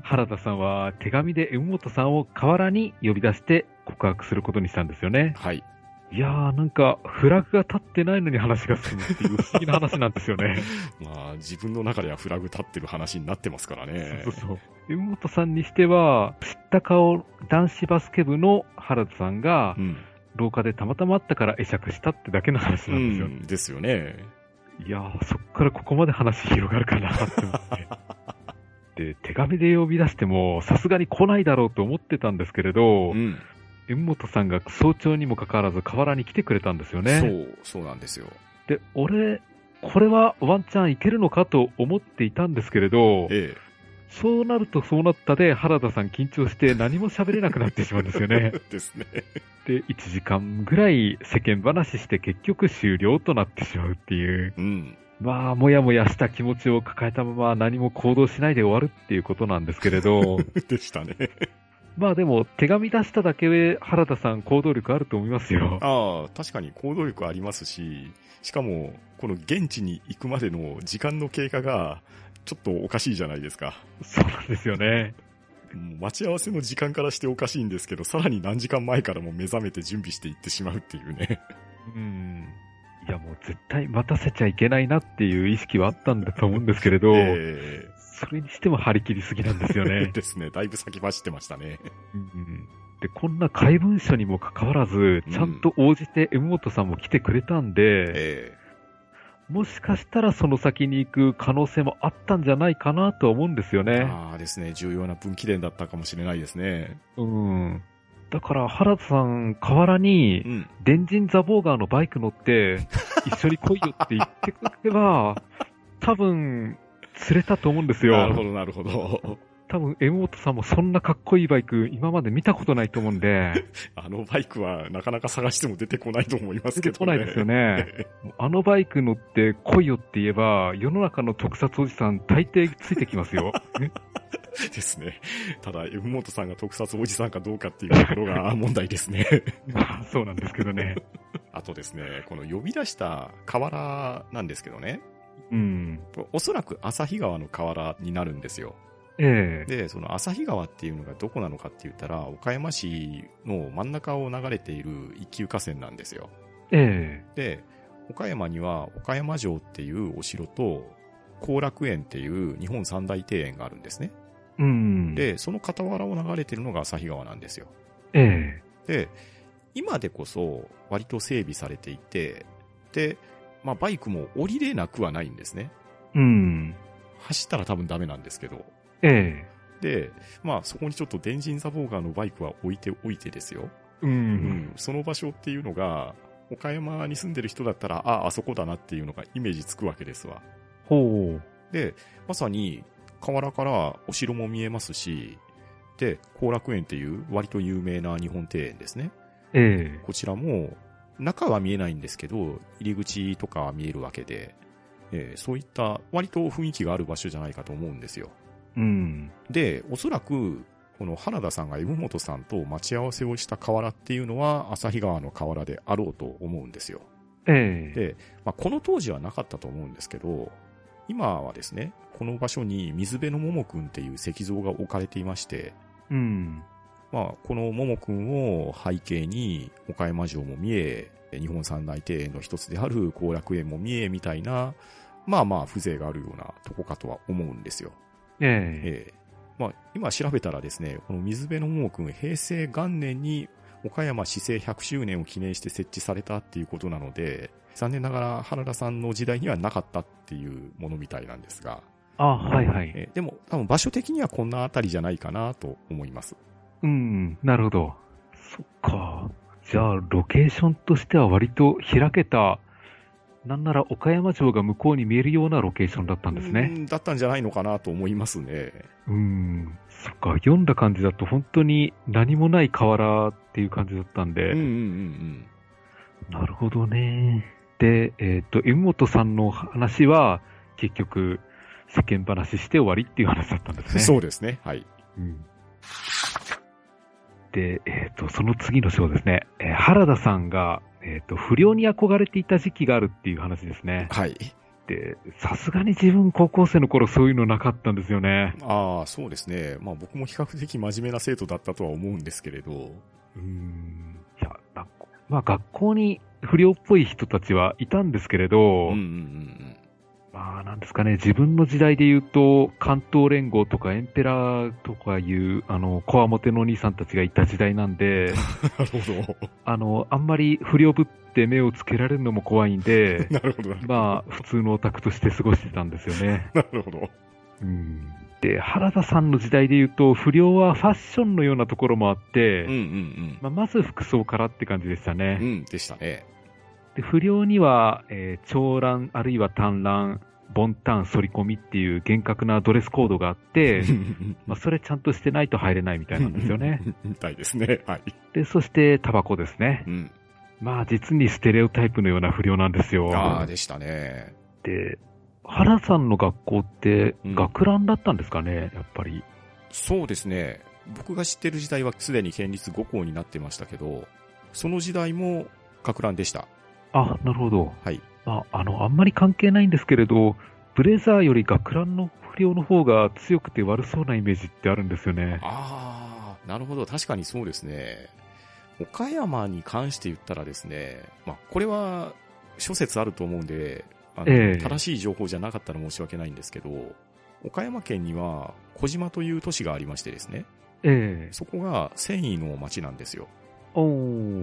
S2: 原田さんは手紙で M 元さんを河原に呼び出して告白することにしたんですよね。
S1: はい。
S2: いやー、なんか、フラグが立ってないのに話が進むっていう不思議な話なんですよね。
S1: まあ、自分の中ではフラグ立ってる話になってますから ね
S2: そう。そうそう。M 元さんにしては、知った顔、男子バスケ部の原田さんが
S1: う、ん。
S2: 廊下でたまたま会ったから会釈したってだけの話
S1: う
S2: なんですよね。
S1: ん。ですよね。
S2: いやー、そっからここまで話広がるかなって思 って。で、手紙で呼び出しても、さすがに来ないだろうと思ってたんですけれど
S1: う、ん。
S2: 縁本さんが早朝にもかかわらず河原に来てくれたんですよ
S1: そ
S2: ね。
S1: う、そうなんですよ。
S2: で、俺、これはワンチャンいけるのかと思っていたんですけれど、
S1: え
S2: そうなるとそうなったで原田さん緊張して何も喋れなくなってしまうんですよね
S1: え。。 ですね。
S2: で、1時間ぐらい世間話して結局終了となってしまうっていう。
S1: うん。
S2: まあ、もやもやした気持ち を抱えたまま何も行動しないで終わるっていうことなんですけれど、
S1: でしたね。
S2: まあでも、手紙出しただけで原田さん行動力あると思いますよ。
S1: ああ、確かに行動力ありますし、しかも、この現地に行くまでの時間の経過が、ちょっとおかしいじゃないですか。
S2: そうなんですよね。
S1: もう待ち合わせの時間からしておかしいんですけど、さらに何時間前からも目覚めて準備していってしまうっていうね。
S2: うん。いやもう絶対待たせちゃいけないなっていう意識はあったんだと思うんですけれど、
S1: え
S2: それにしても張り切りすぎなんですよ
S1: え
S2: ね。
S1: ですね。だいぶ先走ってましたね。
S2: うんで、こんな怪文書にもかかわらず
S1: う、ん
S2: ちゃんと応じて江本さんも来てくれたんで、
S1: え
S2: もしかしたらその先に行く可能性もあったんじゃないかなとは思うんですよ
S1: え
S2: ね。
S1: ああですね。重要な分岐点だったかもしれないですね。
S2: うん。だから原田さん、河原に
S1: う、ん。
S2: 電人ザボーガーのバイク乗って、一緒に来いよって言ってくれれ ば、多分、釣れたと思うんです
S1: なるほ
S2: よ。
S1: ど、なるほど。
S2: 多分、江本さんもそんなかっこいいバイク、今まで見たことないと思うんで、
S1: あのバイクはなかなか探しても出てこないと思います
S2: 出
S1: けど
S2: てこ
S1: ね。
S2: ないですよね。もうあのバイク乗って来いよって言えば、世の中の特撮おじさん、大抵ついてきま すよ。
S1: ですね。ただ、M モトさんが特撮おじさんかどうかっていうところが 問題ですね。
S2: まあそうなんですけどね。
S1: あとですね、この呼び出した河原なんですけどね。
S2: うん。
S1: おそらく旭川の河原になるんですよ。
S2: ええ
S1: で、その旭川っていうのがどこなのかって言ったら、岡山市の真ん中を流れている一級河川なんですよ。
S2: え
S1: で、岡山には岡山城っていうお城と、後楽園っていう日本三大庭園があるんですね。
S2: えうん。、
S1: で、その傍らを流れてるのが旭川なんですよ。
S2: え
S1: で、今でこそ割と整備されていて、で、まあバイクも降りれなくはないんですね。
S2: えうん。
S1: 走ったら多分ダメなんですけど。
S2: ええ
S1: で、まあそこにちょっと電人ザボーガーのバイクは置いておいてですよ。
S2: う。
S1: うんん。その場所っていうのが、岡山に住んでる人だったら、ああ、あそこだなっていうのがイメージつくわけですわ。
S2: ほう。
S1: で、まさに河原からお城も見えますし、で、後楽園っていう割と有名な日本庭園ですね。
S2: ええ
S1: こちらも、中は見えないんですけど、入り口とかは見えるわけで、えーそういった割と雰囲気がある場所じゃないかと思うんですよ。
S2: うん。
S1: で、おそらく、この原田さんが山本さんと待ち合わせをした河原っていうのは、旭川の河原であろうと思うんですよ。
S2: ええ
S1: で、まあ、この当時はなかったと思うんですけど、今はですね、この場所に水辺の桃くんっていう石像が置かれていまして、
S2: うん。
S1: まあ、このももくんを背景に、岡山城も見え、日本三大庭園の一つである後楽園も見え、みたいな、まあまあ風情があるようなとこかとは思うんですよ。
S2: え
S1: え
S2: え
S1: えまあ、今調べたらですね、この水辺のももくん、平成元年に岡山市政100周年を記念して設置されたっていうことなので、残念ながら原田さんの時代にはなかったっていうものみたいなんですが、
S2: あ、はいはい。
S1: ええでも多分場所的にはこんなあたりじゃないかなと思います。
S2: うん。なるほど。そっか。じゃあ、ロケーションとしては割と開けた、なんなら岡山城が向こうに見えるようなロケーションだったんですね。
S1: うんだったんじゃないのかなと思いますね。
S2: うーん、そっか、読んだ感じだと本当に何もない河原っていう感じだったんで、
S1: うんうんうん
S2: なるほどね。で、えっ、と、江本さんの話は、結局、世間話して終わりっていう話だったんです
S1: うん。
S2: ね。
S1: そうですね。はい。
S2: うんで、えっ、と、その次の章ですね。えー原田さんが、えっ、と、不良に憧れていた時期があるっていう話ですね。
S1: はい。
S2: で、さすがに自分高校生の頃そういうのなかったんですよね。
S1: ああ、そうですね。まあ僕も比較的真面目な生徒だったとは思うんですけれど。
S2: うーんいや、なんかまあ学校に不良っぽい人たちはいたんですけれ
S1: うん
S2: ど、
S1: うんうんうん。
S2: まあなんですかね、自分の時代で言うと、関東連合とかエンペラーとかいう、あの、コアモテのお兄さんたちがいた時代なん で、
S1: なるほど。、
S2: あの、あんまり不良ぶって目をつけられるのも怖いんで
S1: なるほど。なるほど
S2: まあ普通のオタクとして過ごしてたんですよ ね。
S1: なるほど。
S2: うんで、原田さんの時代で言うと、不良はファッションのようなところもあって、
S1: うんうん
S2: まあ、まず服装からって感じでしたね。
S1: うん。うん、でしたね。
S2: で不良には、えー長乱あるいは短乱、ボンタン、反り込みっていう厳格なドレスコードがあ って、まあ、それちゃんとしてないと入れないみたいなんですよね。
S1: みたいですね。はい。
S2: で、そしてタバコですね
S1: う。ん。
S2: まあ実にステレオタイプのような不良なんですよ。
S1: ああ、でしたね。
S2: で、原さんの学校って
S1: うん
S2: 学ランだったんですかね、やっぱり。
S1: そうですね。僕が知ってる時代はすでに県立5校になってましたけど、その時代も、か乱でした。
S2: あ、なるほど。
S1: はい。
S2: まあ、あの、あんまり関係ないんですけれど、ブレザーより学ランの不良の方が強くて悪そうなイメージってあるんですよね。
S1: ああ、なるほど。確かにそうですね。岡山に関して言ったらですね、まあ、これは諸説あると思うんで、あの
S2: ええ
S1: 正しい情報じゃなかったら申し訳ないんですけど、岡山県には小島という都市がありましてですね、
S2: ええ
S1: そこが繊維の町なんですよ。
S2: お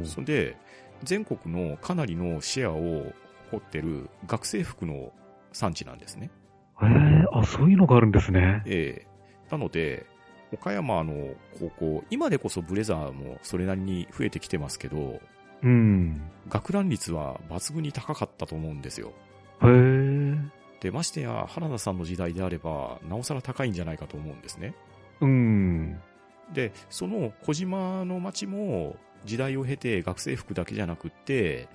S2: ー
S1: それで、全国のかなりのシェアを掘ってる学生服の産地なんですね。
S2: へえあ、そういうのがあるんですね。
S1: ええなので、岡山の高校、今でこそブレザーもそれなりに増えてきてますけど、
S2: うん。
S1: 学ラン率は抜群に高かったと思うんですよ。
S2: へえ
S1: で、ましてや、原田さんの時代であれば、なおさら高いんじゃないかと思うんですね。
S2: うん。
S1: で、その小島の町も、時代を経て学生服だけじゃなくって、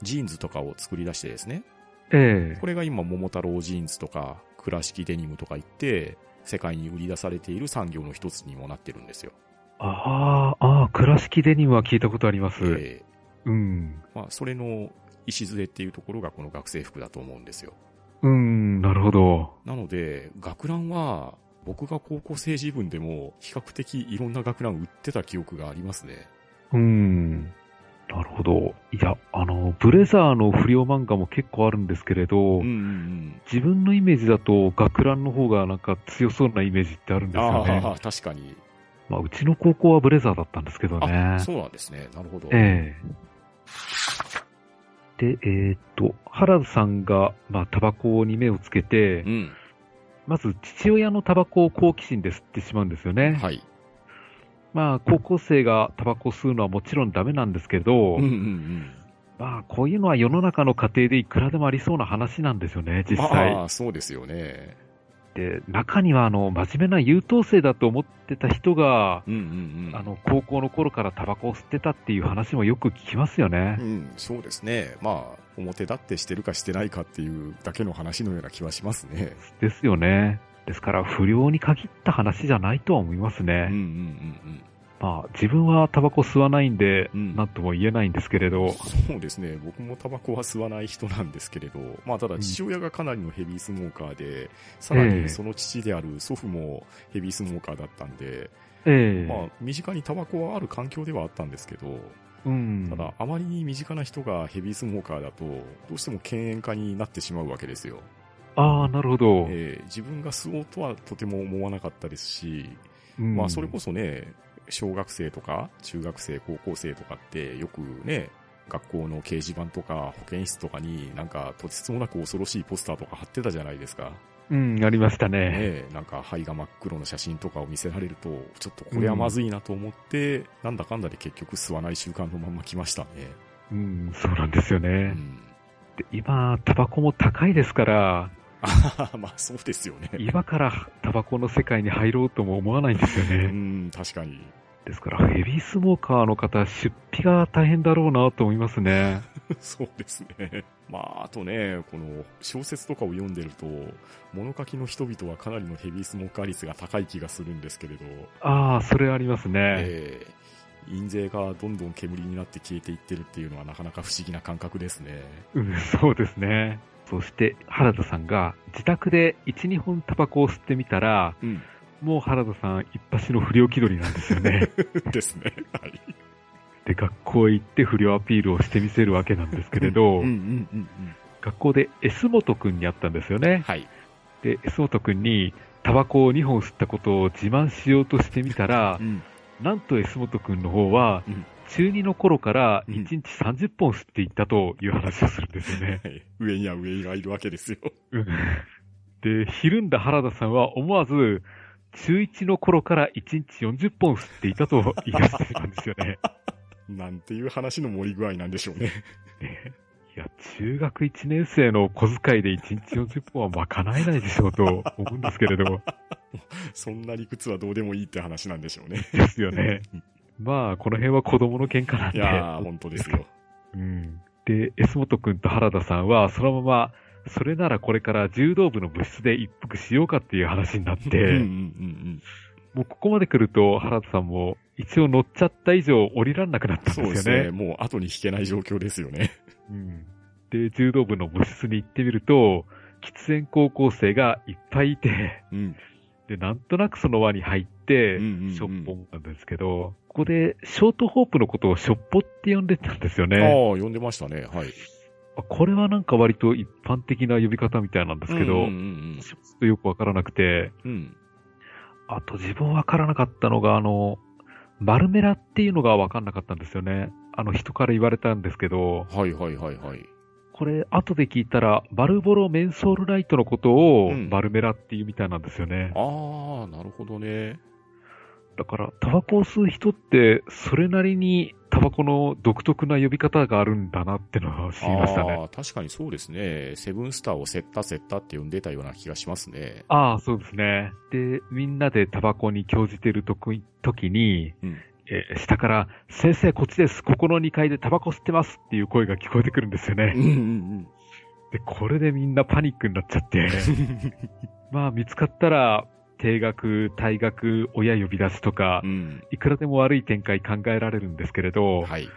S1: ジーンズとかを作り出してですね、
S2: ええ
S1: これが今、桃太郎ジーンズとか、倉敷デニムとか言って、世界に売り出されている産業の一つにもなってるんですよ。
S2: ああ、ああ、倉敷デニムは聞いたことあります。
S1: ええ
S2: うん。
S1: まあ、それの礎っていうところがこの学生服だと思うんですよ。
S2: うん、なるほど。
S1: なので、学ランは、僕が高校生時分でも、比較的いろんな学ラン売ってた記憶がありますね。
S2: うん。なるほど。いや、あの、ブレザーの不良漫画も結構あるんですけれど、
S1: うんうん
S2: 自分のイメージだと学ランの方がなんか強そうなイメージってあるん
S1: うん。
S2: ですよね。
S1: ああ、 確かに。
S2: まあ、うちの高校はブレザーだったんですけどね
S1: あ、。そうなんですね。なるほど。
S2: ええで、えーっと、原田さんが、まあ、タバコに目をつけて
S1: う、ん。
S2: まず父親のタバコを好奇心で吸ってしまうんですよね。
S1: はい。
S2: まあ、高校生がタバコ吸うのはもちろんダメなんですけど、
S1: うんうんうん。
S2: まあ、こういうのは世の中の家庭でいくらでもありそうな話なんですよね、実際。
S1: まあ、そうですよね。
S2: で、中には、あの、真面目な優等生だと思ってた人が、
S1: うんうんうん。
S2: あの、高校の頃からタバコを吸ってたっていう話もよく聞きますよね
S1: う。ん、そうですね。まあ、表立ってしてるかしてないかっていうだけの話のような気はしますね。
S2: ですよね。ですから、不良に限った話じゃないとは思います
S1: うん
S2: ね。
S1: うんうん
S2: まあ、自分はタバコ吸わないんで、
S1: うん
S2: なんとも言えないんですけれ
S1: うん。
S2: ど、
S1: そうですね。僕もタバコは吸わない人なんですけれど、まあただ
S2: うん
S1: 父親がかなりのヘビースモーカーで、さら
S2: ええ
S1: にその父である祖父もヘビースモーカーだったんで、
S2: ええ
S1: まあ身近にタバコはある環境ではあったんですけど、
S2: うん。
S1: ただあまりに身近な人がヘビースモーカーだと、どうしても敬遠家になってしまうわけですよ。
S2: ああ、なるほど。
S1: ええ自分が吸おうとはとても思わなかったですし、
S2: うん
S1: まあそれこそね、小学生とか中学生、高校生とかってよくね、学校の掲示板とか保健室とかになんかとてつもなく恐ろしいポスターとか貼ってたじゃないですか。
S2: うん、ありましたね。
S1: ねえ、なんか肺が真っ黒の写真とかを見せられると、ちょっとこれはまずいなと思って、なんだかんだで結局吸わない習慣のまま来ましたね。
S2: うん、そうなんですよ
S1: う
S2: ね。
S1: ん。
S2: で今、タバコも高いですから、
S1: あははまあそうですよね。
S2: 今からタバコの世界に入ろうとも思わないんですよ
S1: う
S2: ね。
S1: ん、確かに。
S2: ですから、ヘビースモーカーの方、出費が大変だろうなと思いますね。
S1: そうですね。まあ、あとね、この小説とかを読んでると、物書きの人々はかなりのヘビースモーカー率が高い気がするんですけれど、
S2: ああ、それありますね。
S1: えー印税がどんどん煙になって消えていってるっていうのはなかなか不思議な感覚ですね。
S2: うん、そうですね。そして、原田さんが、自宅で1、2本タバコを吸ってみたら、
S1: うん。
S2: もう原田さん、一発の不良気取りなんですよ ね。
S1: ですね。はい。
S2: で、学校へ行って不良アピールをしてみせるわけなんですけれど、
S1: んうんうん。
S2: 学校で S 本くんに会ったんですよね。
S1: はい。
S2: で、S 本くんに、タバコを2本吸ったことを自慢しようとしてみたら
S1: う、ん。
S2: なんと S 本くんの方は
S1: うん、
S2: 中2の頃から
S1: うん
S2: 1日30本吸っていったという話をするんです よね。
S1: はい。上には上がいるわけですよ。
S2: うんで、ひるんだ原田さんは思わず、中1の頃から1日40本吸っていたと言い出してたんですよ ね。
S1: なんていう話の盛り具合なんでしょうね。
S2: いや、中学1年生の小遣いで1日40本はまかないないでしょうと思うんですけれど、
S1: そんな理屈はどうでもいいって話なんでしょうね。
S2: ですよね。まあ、この辺は子供の喧嘩なん
S1: い
S2: で。
S1: やー、本当ですよ。
S2: うん。で、S 本くんと原田さんは、そのまま、それならこれから柔道部の部室で一服しようかっていう話になっ
S1: うんうん
S2: て、
S1: うん
S2: もうここまで来ると原田さんも一応乗っちゃった以上降りらんなくなったん
S1: そう
S2: で
S1: ですす
S2: よね。
S1: ね。もう後に引けない状況ですよね。
S2: うんで、柔道部の部室に行ってみると、喫煙高校生がいっぱいいて、
S1: うん。
S2: で、なんとなくその輪に入って、
S1: う
S2: シ
S1: んうんうん
S2: ョッポンなんですけど、ここでショートホープのことをショッポって呼んでたんですよ
S1: ああ、
S2: ね。
S1: 呼んでましたね。はい。
S2: あこれはなんか割と一般的な呼び方みたいなんですけ
S1: うん
S2: ど、
S1: うん
S2: ちょっとよくわからなくて、
S1: うんうん。
S2: あと自分わからなかったのが、あの、丸メラっていうのがわかんなかったんですよね。あの人から言われたんですけど、
S1: はいはいはいはい。
S2: これ後で聞いたら、バルボロメンソールライトのことを
S1: うん
S2: 丸メラっていうみたいなんですよね。
S1: ああ、なるほどね。
S2: だから、タバコを吸う人って、それなりにタバコの独特な呼び方があるんだなってのは知りましたね。
S1: ああ、確かにそうですね。セブンスターをセッタセッタって呼んでたような気がしますね。
S2: ああ、そうですね。で、みんなでタバコに興じてるとき時に、
S1: うん
S2: えー下から、先生こっちです、ここの2階でタバコ吸ってますっていう声が聞こえてくるんですよね。
S1: うんうん
S2: で、これでみんなパニックになっち ゃって、まあ見つかったら、定額、退学、親呼び出しとか
S1: う、ん。
S2: いくらでも悪い展開考えられるんですけれ
S1: う
S2: ど、
S1: ん。はい。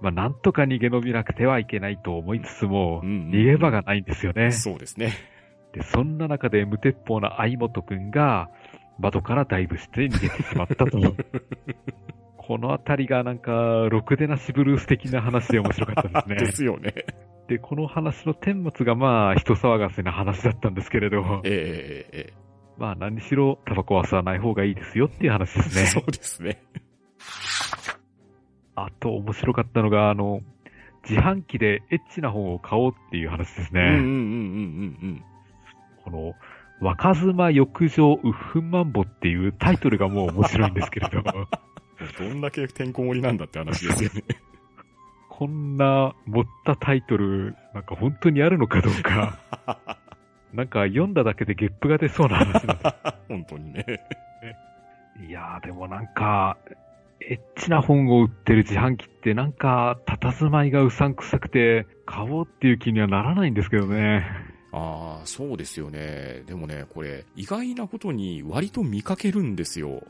S2: まあなんとか逃げ延びなくてはいけないと思いつつも、
S1: うん
S2: 逃げ場がないんですよね。
S1: そうですね。
S2: で、そんな中で無鉄砲な相本くんが、窓からダイブして逃げてしまったと。 このあたりがなんか、ろくでなしブルース的な話で面白かったで
S1: です
S2: ね。
S1: すよね。
S2: で、この話の顛末がまあ、人騒がせな話だったんですけれど、
S1: えええええ
S2: まあ何にしろタバコは吸わない方がいいですよっていう話で
S1: え
S2: すね
S1: そ。うですね。
S2: あと面白かったのが、あの、自販機でエッチな本を買おうっていう話ですね。
S1: うんうんうんうん
S2: この、若妻浴場ウッフンマンボっていうタイトルがもう面白いんですけれど、
S1: うん。どんだけてんこ盛りなんだって話ですよね。
S2: こんな持ったタイトル、なんか本当にあるのかどう か、なんか読んだだけでゲップが出そうな話なんで
S1: 本当にね。
S2: す。 いやーでもなんか、エッチな本を売ってる自販機ってなんか、佇まいがうさんくさくて、買おうっていう気にはならないんですけどね。
S1: ああ、そうですよね。でもね、これ、意外なことに割と見かけるんですよ。
S2: う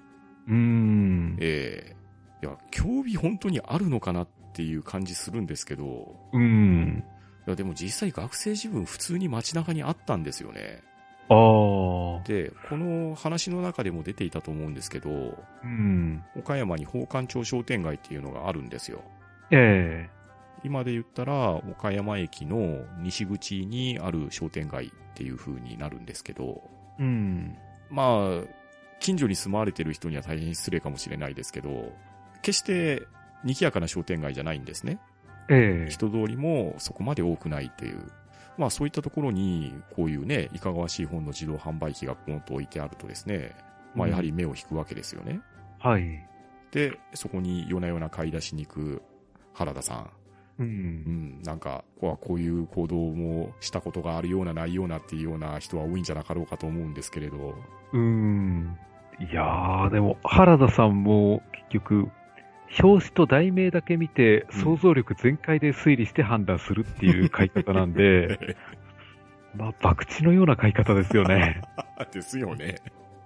S2: ーん。
S1: ええいや、興味本当にあるのかなっていう感じするんですけど、
S2: うーん。
S1: いや、でも実際学生自分普通に街中にあったんですよね。
S2: ああ。
S1: で、この話の中でも出ていたと思うんですけど、
S2: うん。
S1: 岡山に宝冠町商店街っていうのがあるんですよ。
S2: ええ
S1: 今で言ったら、岡山駅の西口にある商店街っていう風になるんですけど、
S2: うん。
S1: まあ、近所に住まわれてる人には大変失礼かもしれないですけど、決して賑やかな商店街じゃないんですね。
S2: ええ
S1: 人通りもそこまで多くないっていう。まあそういったところに、こういうね、いかがわしい本の自動販売機がポンと置いてあるとですね、まあやはり目を引くわけですよね。
S2: はい。
S1: で、そこに夜な夜な買い出しに行く原田さん。
S2: う。
S1: うんん、なんか、こうこういう行動もしたことがあるようなないようなっていうような人は多いんじゃなかろうかと思うんですけれど。
S2: うーん。いやー、でも、原田さんも、結局、表紙と題名だけ見て、
S1: うん
S2: 想像力全開で推理して判断するっていう買い方なん で、まあ、博打のような買い方ですよ ね。
S1: ですよね。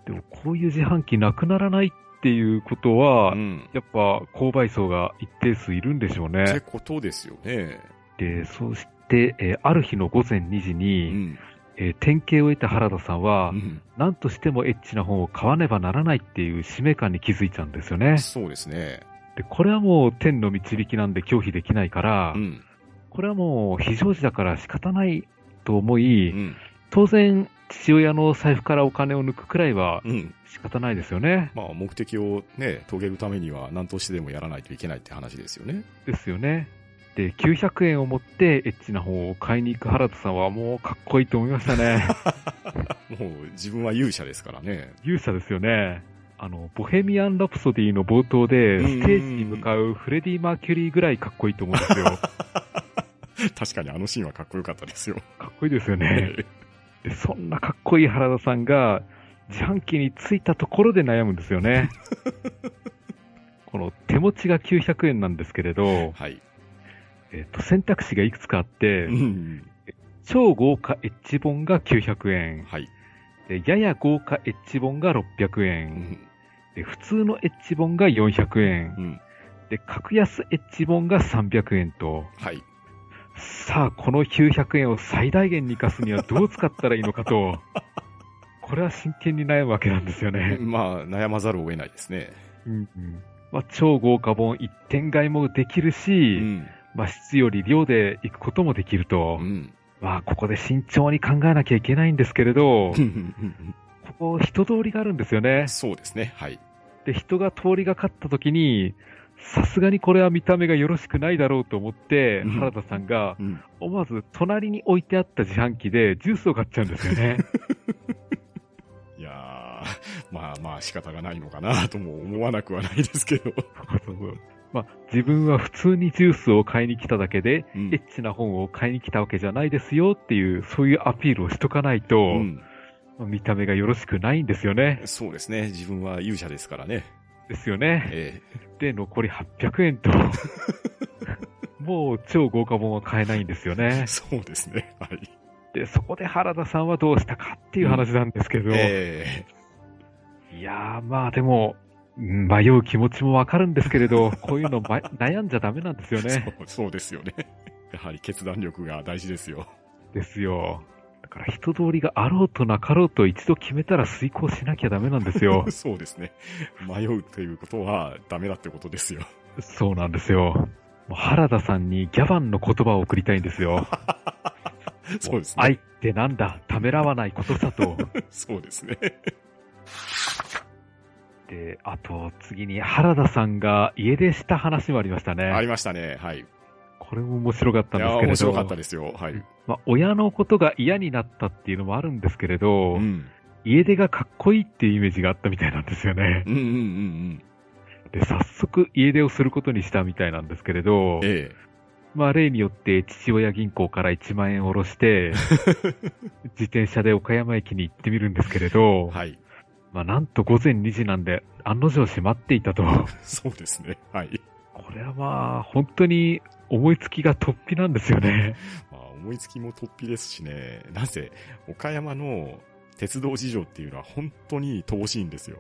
S2: でも、こういう自販機なくならないっていうことは、
S1: うん。
S2: やっぱ、購買層が一定数いるんでしょう
S1: って
S2: ね。
S1: ことですよね。
S2: で、そうして、えーある日の午前2時
S1: う
S2: に、
S1: ん。
S2: えー典型を得た原田さんは
S1: う、ん
S2: 何としてもエッチな本を買わねばならないっていう使命感に気づいちゃうんですよね。
S1: そうですね。
S2: で、これはもう天の導きなんで拒否できないから、
S1: うん。
S2: これはもう非常時だから仕方ないと思
S1: う
S2: い、
S1: ん。
S2: 当然父親の財布からお金を抜くくらいは
S1: うん。
S2: 仕方ないですよね。
S1: まあ、目的をね、遂げるためには何としてでもやらないといけないって話ですよね。
S2: ですよね。で、900円を持ってエッチな本を買いに行く原田さんはもうかっこいいと思いましたね。
S1: もう自分は勇者ですからね。
S2: 勇者ですよね。あの、ボヘミアン・ラプソディの冒頭で、
S1: うん
S2: ステージに向かうフレディ・マーキュリーぐらいかっこいいと思うんです よ。
S1: 確かにあのシーンはかっこよかったですよ。
S2: かっこいいですよね。でそんなかっこいい原田さんが、自販機に着いたところで悩むんですよね。この手持ちが900円なんですけれ ど、
S1: はい。
S2: えっと選択肢がいくつかあって
S1: う、ん。
S2: 超豪華エッジ本が900円、
S1: はい。
S2: でやや豪華エッジ本が600
S1: う
S2: 円、
S1: ん
S2: え普通のエッジ本が400円。
S1: うん。
S2: で、格安エッジ本が300円と。
S1: はい。
S2: さあ、この900円を最大限に活かすにはどう使ったらいいのかと。これは真剣に悩むわけなんですよね。
S1: まあ、悩まざるを得ないですね。
S2: うんうんまあ、超豪華本一点買いもできる
S1: う
S2: し、
S1: ん。
S2: まあ、質より量で行くこともできると、
S1: うん。
S2: まあ、ここで慎重に考えなきゃいけないんですけれど、ここ人通りがあるんですよね。
S1: そうですね。はい。
S2: で、人が通りがかった時に、さすがにこれは見た目がよろしくないだろうと思って、
S1: うん
S2: 原田さんが
S1: うん。
S2: 思わず隣に置いてあった自販機でジュースを買っちゃうんですよ ね。
S1: いやー、 まあまあ仕方がないのかなとも思わなくはないですけど。
S2: まあ、自分は普通にジュースを買いに来ただけで、
S1: うん
S2: エッチな本を買いに来たわけじゃないですよっていう、そういうアピールをしとかないと、
S1: うん。
S2: 見た目がよろしくないんですよね。
S1: そうですね。自分は勇者ですからね。
S2: ですよね。
S1: え
S2: で、残り800円 と。もう超豪華本は買えないんですよ
S1: え
S2: ね。
S1: そうですね。はい。
S2: で、そこで原田さんはどうしたかっていう話なんですけど、
S1: え
S2: いやー、まあでも、うん迷う気持ちもわかるんですけ れど、こういうの、ま、悩んじゃダメなんですよ
S1: え
S2: ね。
S1: そう。そうですよね。やはり決断力が大事ですよ。。
S2: ですよ。だから人通りがあろうとなかろうと一度決めたら遂行しなきゃダメなんですよ
S1: そうですね。迷うということはダメだってことですよ。
S2: そうなんですよ。もう原田さんにギャバンの言葉を送りたいんで すよ。
S1: そうです
S2: 愛
S1: ね。
S2: ってなんだためらわないこと さと。
S1: そうですね。
S2: で、あと次に原田さんが家出した話もありましたね。
S1: ありましたね。はい。
S2: これも面白かっ
S1: い
S2: たんです
S1: や、
S2: けれど。
S1: 面白かったですよ。はい。
S2: まあ、親のことが嫌になったっていうのもあるんですけれど、
S1: うん。
S2: 家出がかっこいいっていうイメージがあったみたいなんですよね。
S1: うんうんうん
S2: で、早速家出をすることにしたみたいなんですけれど
S1: うん。、え
S2: まあ例によって父親銀行から1万円下 ろして、自転車で岡山駅に行ってみるんですけれ
S1: え。
S2: ど、
S1: はい。
S2: まあなんと午前2時なんで案の定閉まって いたと。
S1: そうですね。はい。
S2: これはまあ本当に思いつきが突飛なんですよね。
S1: まあ、思いつきも突飛ですしね。なぜ、岡山の鉄道事情っていうのは本当に乏しいんですよ。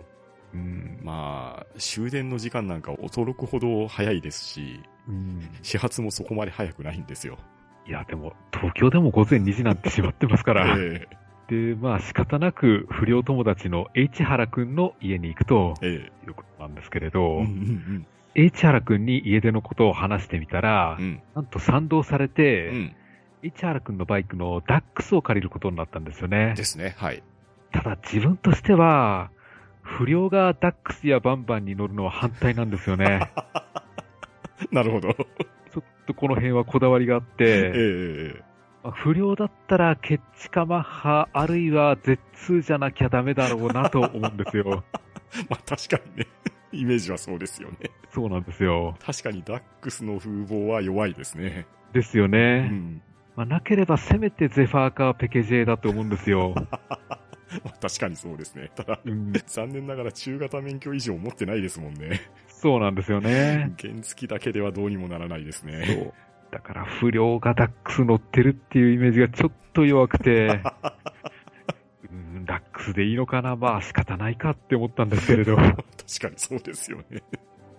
S2: うん。
S1: まあ、終電の時間なんか驚くほど早いですし、
S2: うん
S1: 始発もそこまで早くないんですよ。
S2: いやでも東京でも午前2時なんて閉まってますから。
S1: え
S2: で、まあ仕方なく不良友達の H 原くんの家に行くと
S1: え、え
S2: いうことなんですけれ
S1: え。
S2: ど、
S1: うんうん
S2: H 原くんに家出のことを話してみたら、
S1: うん。うん。
S2: なんと賛同されて、
S1: うん。
S2: H 原くんのバイクのダックスを借りることになったんですよね
S1: で。すね。はい。
S2: ただ自分としては、不良がダックスやバンバンに乗るのは反対なんですよね。
S1: なるほど。
S2: ちょっとこの辺はこだわりがあっ
S1: ええ
S2: て、
S1: え
S2: まあ不良だったらケッチかマッハ、あるいは Z2 じゃなきゃダメだろうなと思うんで すよ。
S1: え。まあ、確かにね。イメージはそうですよね。
S2: そうなんですよ。
S1: 確かにダックスの風貌は弱いですね。
S2: ですよ
S1: う
S2: ね。
S1: ん。
S2: まあ、なければせめてゼファーかペケジェだと思うんですよ。
S1: まあ、確かにそうですね。ただ、
S2: うん、
S1: 残念ながら中型免許以上持ってないですもんね。
S2: そうなんですよね。
S1: 原付だけではどうにもならないです
S2: そ
S1: ね。
S2: う。だから不良がダックス乗ってるっていうイメージがちょっと弱くて、うん、ダックスでいいのかなまあ仕方ないかって思ったんですけれ ど。
S1: 確かにそうですよね。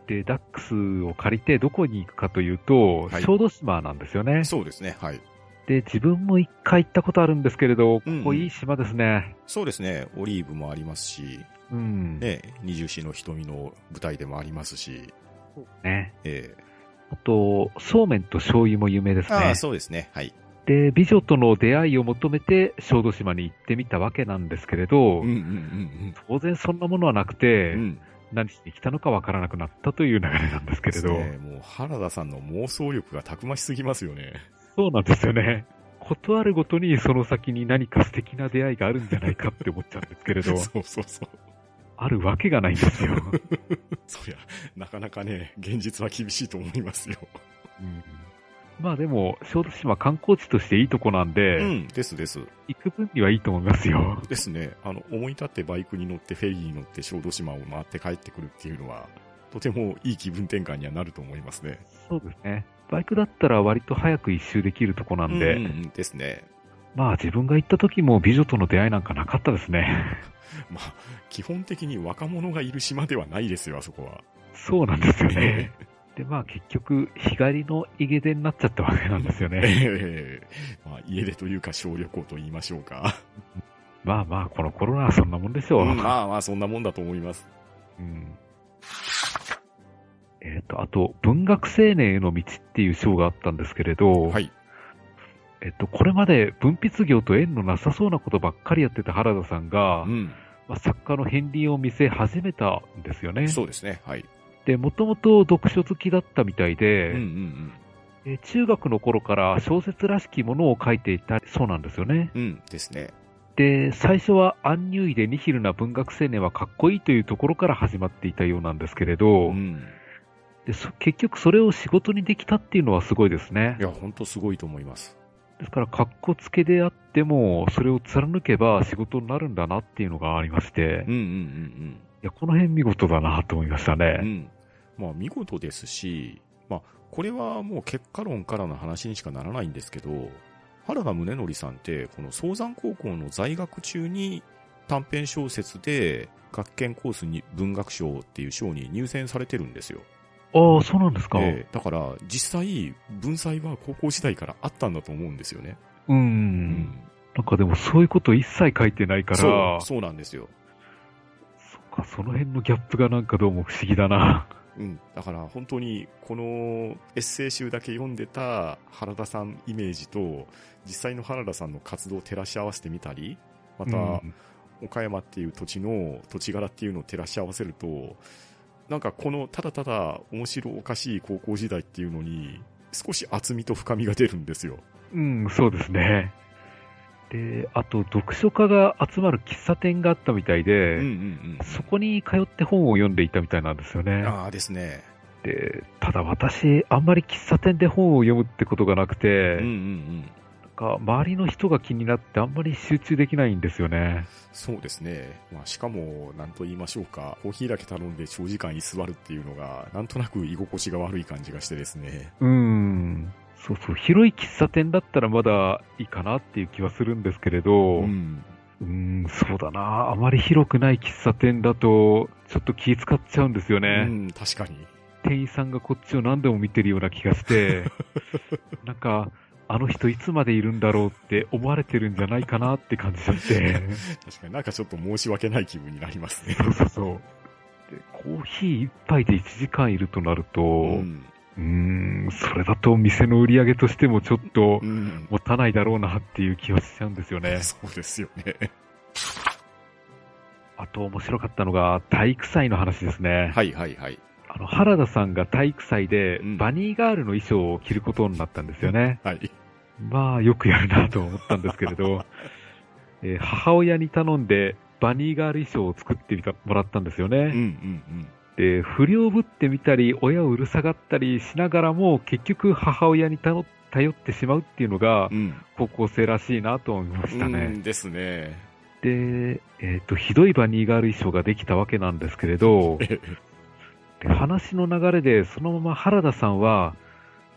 S2: で、ダックスを借りてどこに行くかというと、
S1: はい
S2: 小豆島なんですよね。
S1: そうですね。はい。
S2: で、自分も一回行ったことあるんですけれど、こ
S1: うん
S2: こいい島ですね。
S1: そうですね。オリーブもありますし、
S2: うん。
S1: ね、二重詩の瞳の舞台でもありますし、
S2: ね
S1: え
S2: あと、そうめんと醤油も有名です
S1: え
S2: ね。
S1: ああ、そうですね。はい。
S2: で、美女との出会いを求めて小豆島に行ってみたわけなんですけれど、
S1: うんうんうん
S2: 当然そんなものはなくて、
S1: うん。うん。
S2: 何しに来たのかわからなくなったという流れなんですけれど、
S1: ですねもう原田さんの妄想力がたくましすぎますよね。
S2: そうなんですよね。断るごとにその先に何か素敵な出会いがあるんじゃないかって思っちゃうんですけれ
S1: そ
S2: ど
S1: う、そうそう。
S2: あるわけがないんですよ。
S1: そりゃ、なかなかね、現実は厳しいと思いますよ。
S2: うんまあでも、小豆島観光地としていいとこなんで、
S1: うん。ですです。
S2: 行く分にはいいと思いますよ。
S1: ですね。あの、思い立ってバイクに乗ってフェリーに乗って小豆島を回って帰ってくるっていうのは、とてもいい気分転換にはなると思いますね。
S2: そうですね。バイクだったら割と早く一周できるとこなんで、
S1: うんうんうんですね。
S2: まあ自分が行った時も美女との出会いなんかなかったですね。
S1: まあ、基本的に若者がいる島ではないですよ、あそこは。
S2: そうなんですよね。で、まあ結局、日帰りの家出になっちゃったわけなんですよ
S1: え
S2: ね。
S1: え まあ、家出というか小旅行と言いましょうか。
S2: まあまあ、このコロナはそんなもんでしょう。
S1: うん まあまあ、そんなもんだと思います。
S2: うんえっ、と、あと、文学青年への道っていう章があったんですけれど、
S1: はい。
S2: えっと、これまで文筆業と縁のなさそうなことばっかりやってた原田さんが、
S1: うん。
S2: まあ、作家の片鱗を見せ始めたんですよね。
S1: そうですね。はい。
S2: で、もともと読書好きだったみたいで、
S1: うんうん
S2: えー中学の頃から小説らしきものを書いていたそうなんですよね。
S1: うん。うんですね。
S2: で、最初はアンニュイでニヒルな文学青年はかっこいいというところから始まっていたようなんですけれど、
S1: うん。
S2: でそ結局それを仕事にできたっていうのはすごいですね
S1: い。や、ほんとすごいと思います。
S2: ですから、格好つけであっても、それを貫けば仕事になるんだなっていうのがありまして、
S1: うん
S2: い
S1: うん
S2: や、この辺見事だなと思いました
S1: うんうん。う
S2: ね。
S1: ん。まあ、見事ですし、まあ、これはもう結果論からの話にしかならないんですけど、原田宗則さんって、この早山高校の在学中に短編小説で学研コースに文学賞っていう賞に入選されてるんですよ。
S2: ああ、そうなんですか。
S1: ええだから、実際、文才は高校時代からあったんだと思うんですよね。
S2: うん。
S1: うん。
S2: なんかでもそういうこと一切書いてないから、
S1: そ、
S2: そう
S1: そうなんですよ。
S2: っか、その辺のギャップがなんかどうも不思議だな。
S1: うん。だから、本当に、このエッセイ集だけ読んでた原田さんイメージと、実際の原田さんの活動を照らし合わせてみたり、また、
S2: うん
S1: 岡山っていう土地の土地柄っていうのを照らし合わせると、なんかこのただただ面白おかしい高校時代っていうのに、少し厚みと深みが出るんですよ。
S2: うん、そうですね。で、あと、読書家が集まる喫茶店があったみたいで、
S1: うんうんうん。
S2: そこに通って本を読んでいたみたいなんですよね。
S1: ああですね。
S2: で、ただ私、あんまり喫茶店で本を読むってことがなくて、
S1: うんうん
S2: なん
S1: うん。
S2: か周りの人が気になってあんまり集中できないんですよね。
S1: そうですね。まあ、しかも、なんと言いましょうか、コーヒーだけ頼んで長時間居座るっていうのが、なんとなく居心地が悪い感じがしてですね。
S2: うーん。そうそう、広い喫茶店だったらまだいいかなっていう気はするんですけれど、
S1: う
S2: うん、
S1: ん。
S2: ん、そうだな。あまり広くない喫茶店だと、ちょっと気使っちゃうんですよ
S1: う
S2: ね。
S1: ん、確かに。
S2: 店員さんがこっちを何度も見てるような気 がして、なんか、あの人いつまでいるんだろうって思われてるんじゃないかなって感じちゃって。
S1: 確かになんかちょっと申し訳ない気分になりますね。
S2: そうそうそう。で、コーヒー一杯で1時間いるとなると、う
S1: う
S2: ーん、
S1: ん。
S2: んそれだと店の売り上げとしてもちょっと
S1: うん。
S2: 持たないだろうなっていう気はしちゃうんですよね。
S1: そうですよね。
S2: あと面白かったのが体育祭の話ですね。
S1: はいはいはい。
S2: あの、原田さんが体育祭で
S1: うん
S2: バニーガールの衣装を着ることになったんですよね。
S1: はい。
S2: まあ、よくやるなと思ったんですけれ ど、えー母親に頼んでバニーガール衣装を作ってみたもらったんですよね。
S1: うんうん
S2: で、不良ぶってみたり、親をうるさがったりしながらも、結局母親に頼頼ってしまうっていうのが
S1: う、ん。
S2: 高校生らしいなと思いました
S1: うん。う
S2: ね。
S1: んですね。
S2: で、えっ、と、ひどいバニーガール衣装ができたわけなんですけれど、で話の流れで、そのまま原田さんは、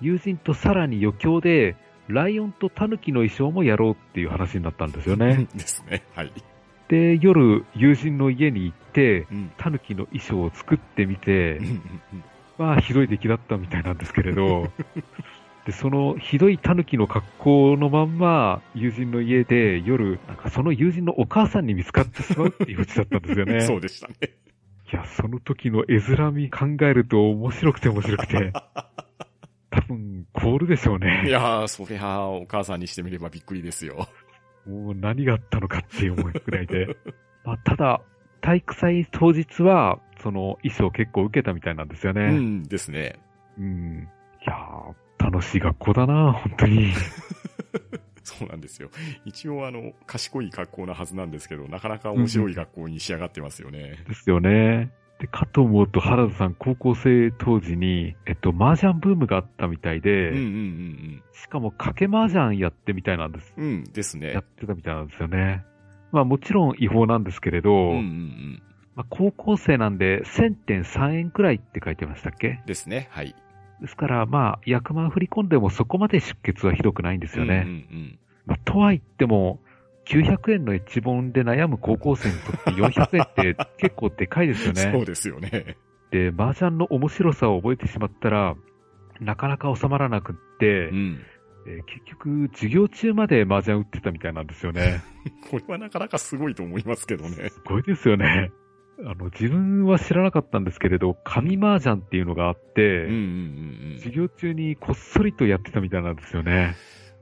S2: 友人とさらに余興で、ライオンとタヌキの衣装もやろうっていう話になったんですよね。
S1: ですね。はい。
S2: で、夜、友人の家に行って、
S1: うん。
S2: タヌキの衣装を作ってみて
S1: うんう、んうん
S2: まあ、ひどい出来だったみたいなんですけれど、でそのひどいタヌキの格好のまんま、友人の家で夜、なんかその友人のお母さんに見つかってしまうっていうオチだったんですよね。
S1: そうでしたね。
S2: いや、その時の絵面見考えると面白くて面白くて、多分、凍るでしょう
S1: い
S2: ね。
S1: やー、そりゃあ、お母さんにしてみればびっくりですよ。
S2: もう何があったのかっていう思いくらいで。まあ、ただ、体育祭当日は、その衣装結構受けたみたいなんですよ
S1: う
S2: ね。
S1: んですね。
S2: うん。いやー、楽しい学校だな、本当に。
S1: そうなんですよ。一応あの、賢い学校なはずなんですけど、なかなか面白い学校に仕上がってますよね。
S2: ですよね。で、かと思うと原田さん高校生当時に、えっと、麻雀ブームがあったみたいで、
S1: うんうん
S2: しかも賭け麻雀やってみたいなんです。
S1: うんうん。うんです
S2: や
S1: ね
S2: っ。てたみたいなんですよね。まあもちろん違法なんですけれど、
S1: うんうんうん。
S2: まあ、高校生なんで1000.3円くらいって書いてましたっけ
S1: ですね。はい。
S2: ですからまあ100万振り込んでもそこまで出血はひどくないんですよね。
S1: うんうん
S2: まあ、とはいっても、900円のエッジ本で悩む高校生にとって400円って結構でかいですよね。
S1: そうですよね。
S2: で、麻雀の面白さを覚えてしまったら、なかなか収まらなくって、
S1: うん。
S2: えー結局、授業中まで麻雀打ってたみたいなんですよね。
S1: これはなかなかすごいと思いますけどね。
S2: すごいですよね。あの、自分は知らなかったんですけれど、紙麻雀っていうのがあっ
S1: う
S2: て、
S1: んうん
S2: 授業中にこっそりとやってたみたいなんですよね。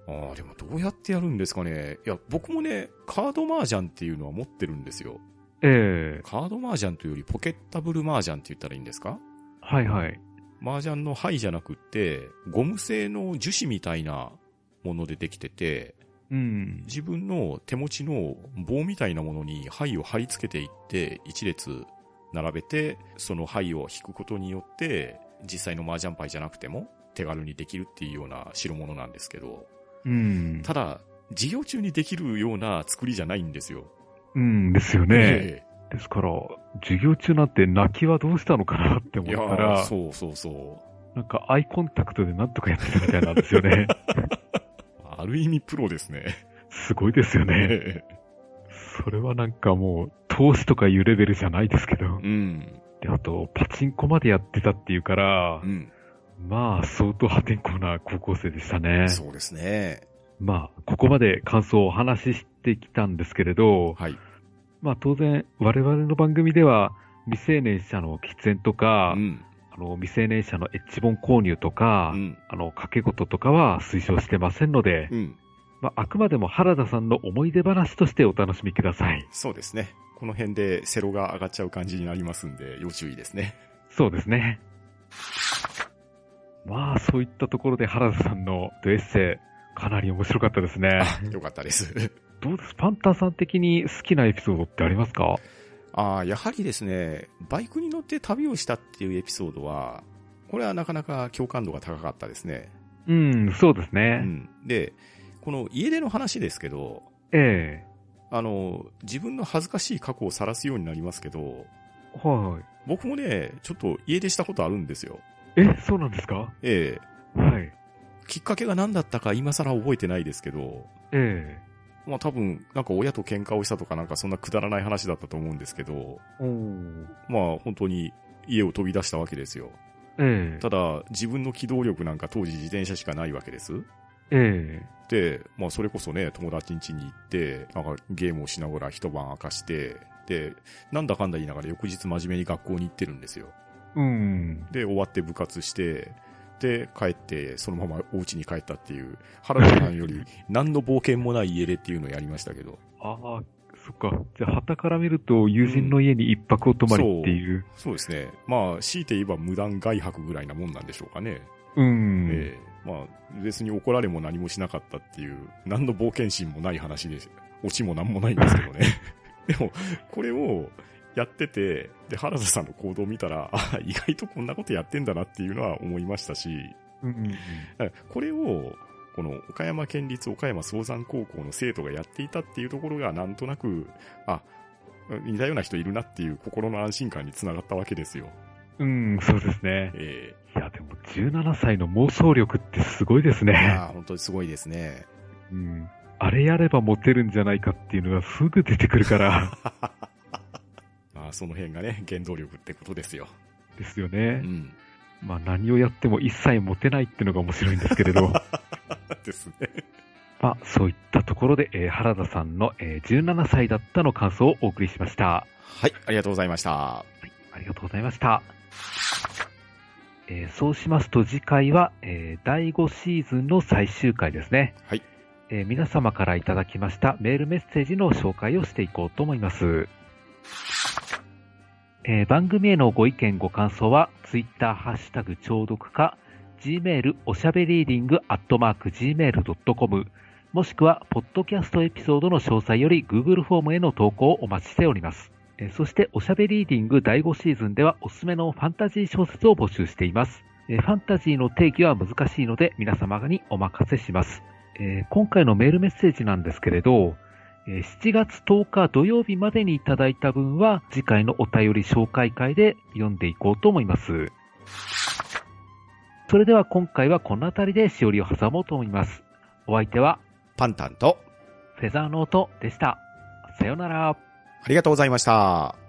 S1: うんうん。ああ、でもどうやってやるんですかね。いや、僕もね、カード麻雀っていうのは持ってるんですよ。
S2: ええ
S1: カード麻雀というよりポケッタブル麻雀って言ったらいいんですか
S2: はいはい。
S1: 麻雀の牌じゃなくって、ゴム製の樹脂みたいなものでできてて、
S2: うん。
S1: 自分の手持ちの棒みたいなものに牌を貼り付けていって、一列並べて、その牌を引くことによって、実際の麻雀牌じゃなくても手軽にできるっていうような代物なんですけど、
S2: うん。
S1: ただ、授業中にできるような作りじゃないんですよ。
S2: うんですよね。
S1: え
S2: ですから、授業中なんて泣きはどうしたのかなって
S1: え
S2: 思
S1: いや
S2: った
S1: ー
S2: ら、
S1: そうそうそう。
S2: なんかアイコンタクトでなんとかやってたみたいなんですよね。
S1: ある意味プロですね。
S2: すごいですよね。それはなんかもう、投資とかいうレベルじゃないですけど。
S1: うん。
S2: で、あと、パチンコまでやってたっていうから、
S1: うん。
S2: まあ、相当破天荒な高校生でしたね。
S1: そうですね。
S2: まあ、ここまで感想をお話ししてきたんですけれど、
S1: はい。
S2: まあ当然、我々の番組では、未成年者の喫煙とか、
S1: うん。
S2: あの未成年者のエッジ本購入とか、
S1: うん。
S2: あの、掛け事とかは推奨してませんので、
S1: うん。
S2: まあ、あくまでも原田さんの思い出話としてお楽しみください。
S1: そうですね。この辺でセロが上がっちゃう感じになりますんで、要注意ですね。
S2: そうですね。まあ、そういったところで原田さんのエッセイ、かなり面白かったですね。
S1: あ、 よかったです。
S2: どうですパンタンさん的に好きなエピソードってありますか
S1: ああ、やはりですね、バイクに乗って旅をしたっていうエピソードは、これはなかなか共感度が高かったですね。
S2: うん、そうです
S1: う
S2: ね。
S1: ん。で、この家出の話ですけど、
S2: え
S1: あの、自分の恥ずかしい過去を晒すようになりますけど、
S2: えはい。
S1: 僕もね、ちょっと家出したことあるんですよ。
S2: え、そうなんですか
S1: ええ
S2: はい。
S1: きっかけが何だったか今更覚えてないですけど、
S2: え
S1: まあ多分、なんか親と喧嘩をしたとかなんかそんなくだらない話だったと思うんですけど、
S2: えお
S1: まあ本当に家を飛び出したわけですよ。
S2: ええ
S1: ただ、自分の機動力なんか当時自転車しかないわけです。
S2: ええ
S1: で、まあそれこそね、友達ん家に行って、なんかゲームをしながら一晩明かして、で、なんだかんだ言いながら翌日真面目に学校に行ってるんですよ。
S2: うん。
S1: で、終わって部活して、で、帰って、そのままお家に帰ったっていう、原田さんより何の冒険もない家出っていうのをやりましたけど、
S2: ああ、そっか。じゃあ、旗から見ると、友人の家に一泊を泊まりっていう。
S1: そうですね。まあ、強いて言えば無断外泊ぐらいなもんなんでしょうかね。
S2: うん。
S1: ええまあ、別に怒られも何もしなかったっていう、何の冒険心もない話です。オチも何もないんですけどね。 でも、これをやってて、で、原田さんの行動を見たら、あ意外とこんなことやってんだなっていうのは思いましたし、
S2: うん。
S1: これを、この岡山県立岡山総山高校の生徒がやっていたっていうところがなんとなく、あ、似たような人いるなっていう心の安心感につながったわけですよ。
S2: うん、そうですね。
S1: え
S2: いや、でも、17歳の妄想力ってすごいです
S1: えい
S2: ね。
S1: やー本当にすごいですね。
S2: うん。あれやればモテるんじゃないかっていうのがすぐ出てくるから、
S1: まあ、その辺がね、原動力ってことですよ。
S2: ですよ
S1: う
S2: ね。
S1: ん。
S2: まあ、何をやっても一切モテないっていうのが面白いんですけ れど。
S1: ですね。
S2: まあ、そういったところで、えー原田さんの、えー17歳だったの感想をお送りしました。
S1: はい、ありがとうございました。
S2: ありがとうございました。えーそうしますと次回は、えー第5シーズンの最終回ですね。
S1: はい
S2: えー皆様からいただきましたメールメッセージの紹介をしていこうと思います。えー番組へのご意見ご感想は、ツイッターハッシュタグ聴読か、gmail おしゃべりーディングアットマーク gmail.com、もしくは、ポッドキャストエピソードの詳細より Google フォームへの投稿をお待ちしております。えーそして、おしゃべりーディング第5シーズンではおすすめのファンタジー小説を募集しています。えーファンタジーの定義は難しいので皆様にお任せします。えー今回のメールメッセージなんですけれど、えー7月10日土曜日までにいただいた分は次回のお便り紹介会で読んでいこうと思います。それでは今回はこの辺りでしおりを挟もうと思います。お相手は
S1: パンタンと、
S2: フェザーノートでした。さよなら。
S1: ありがとうございました。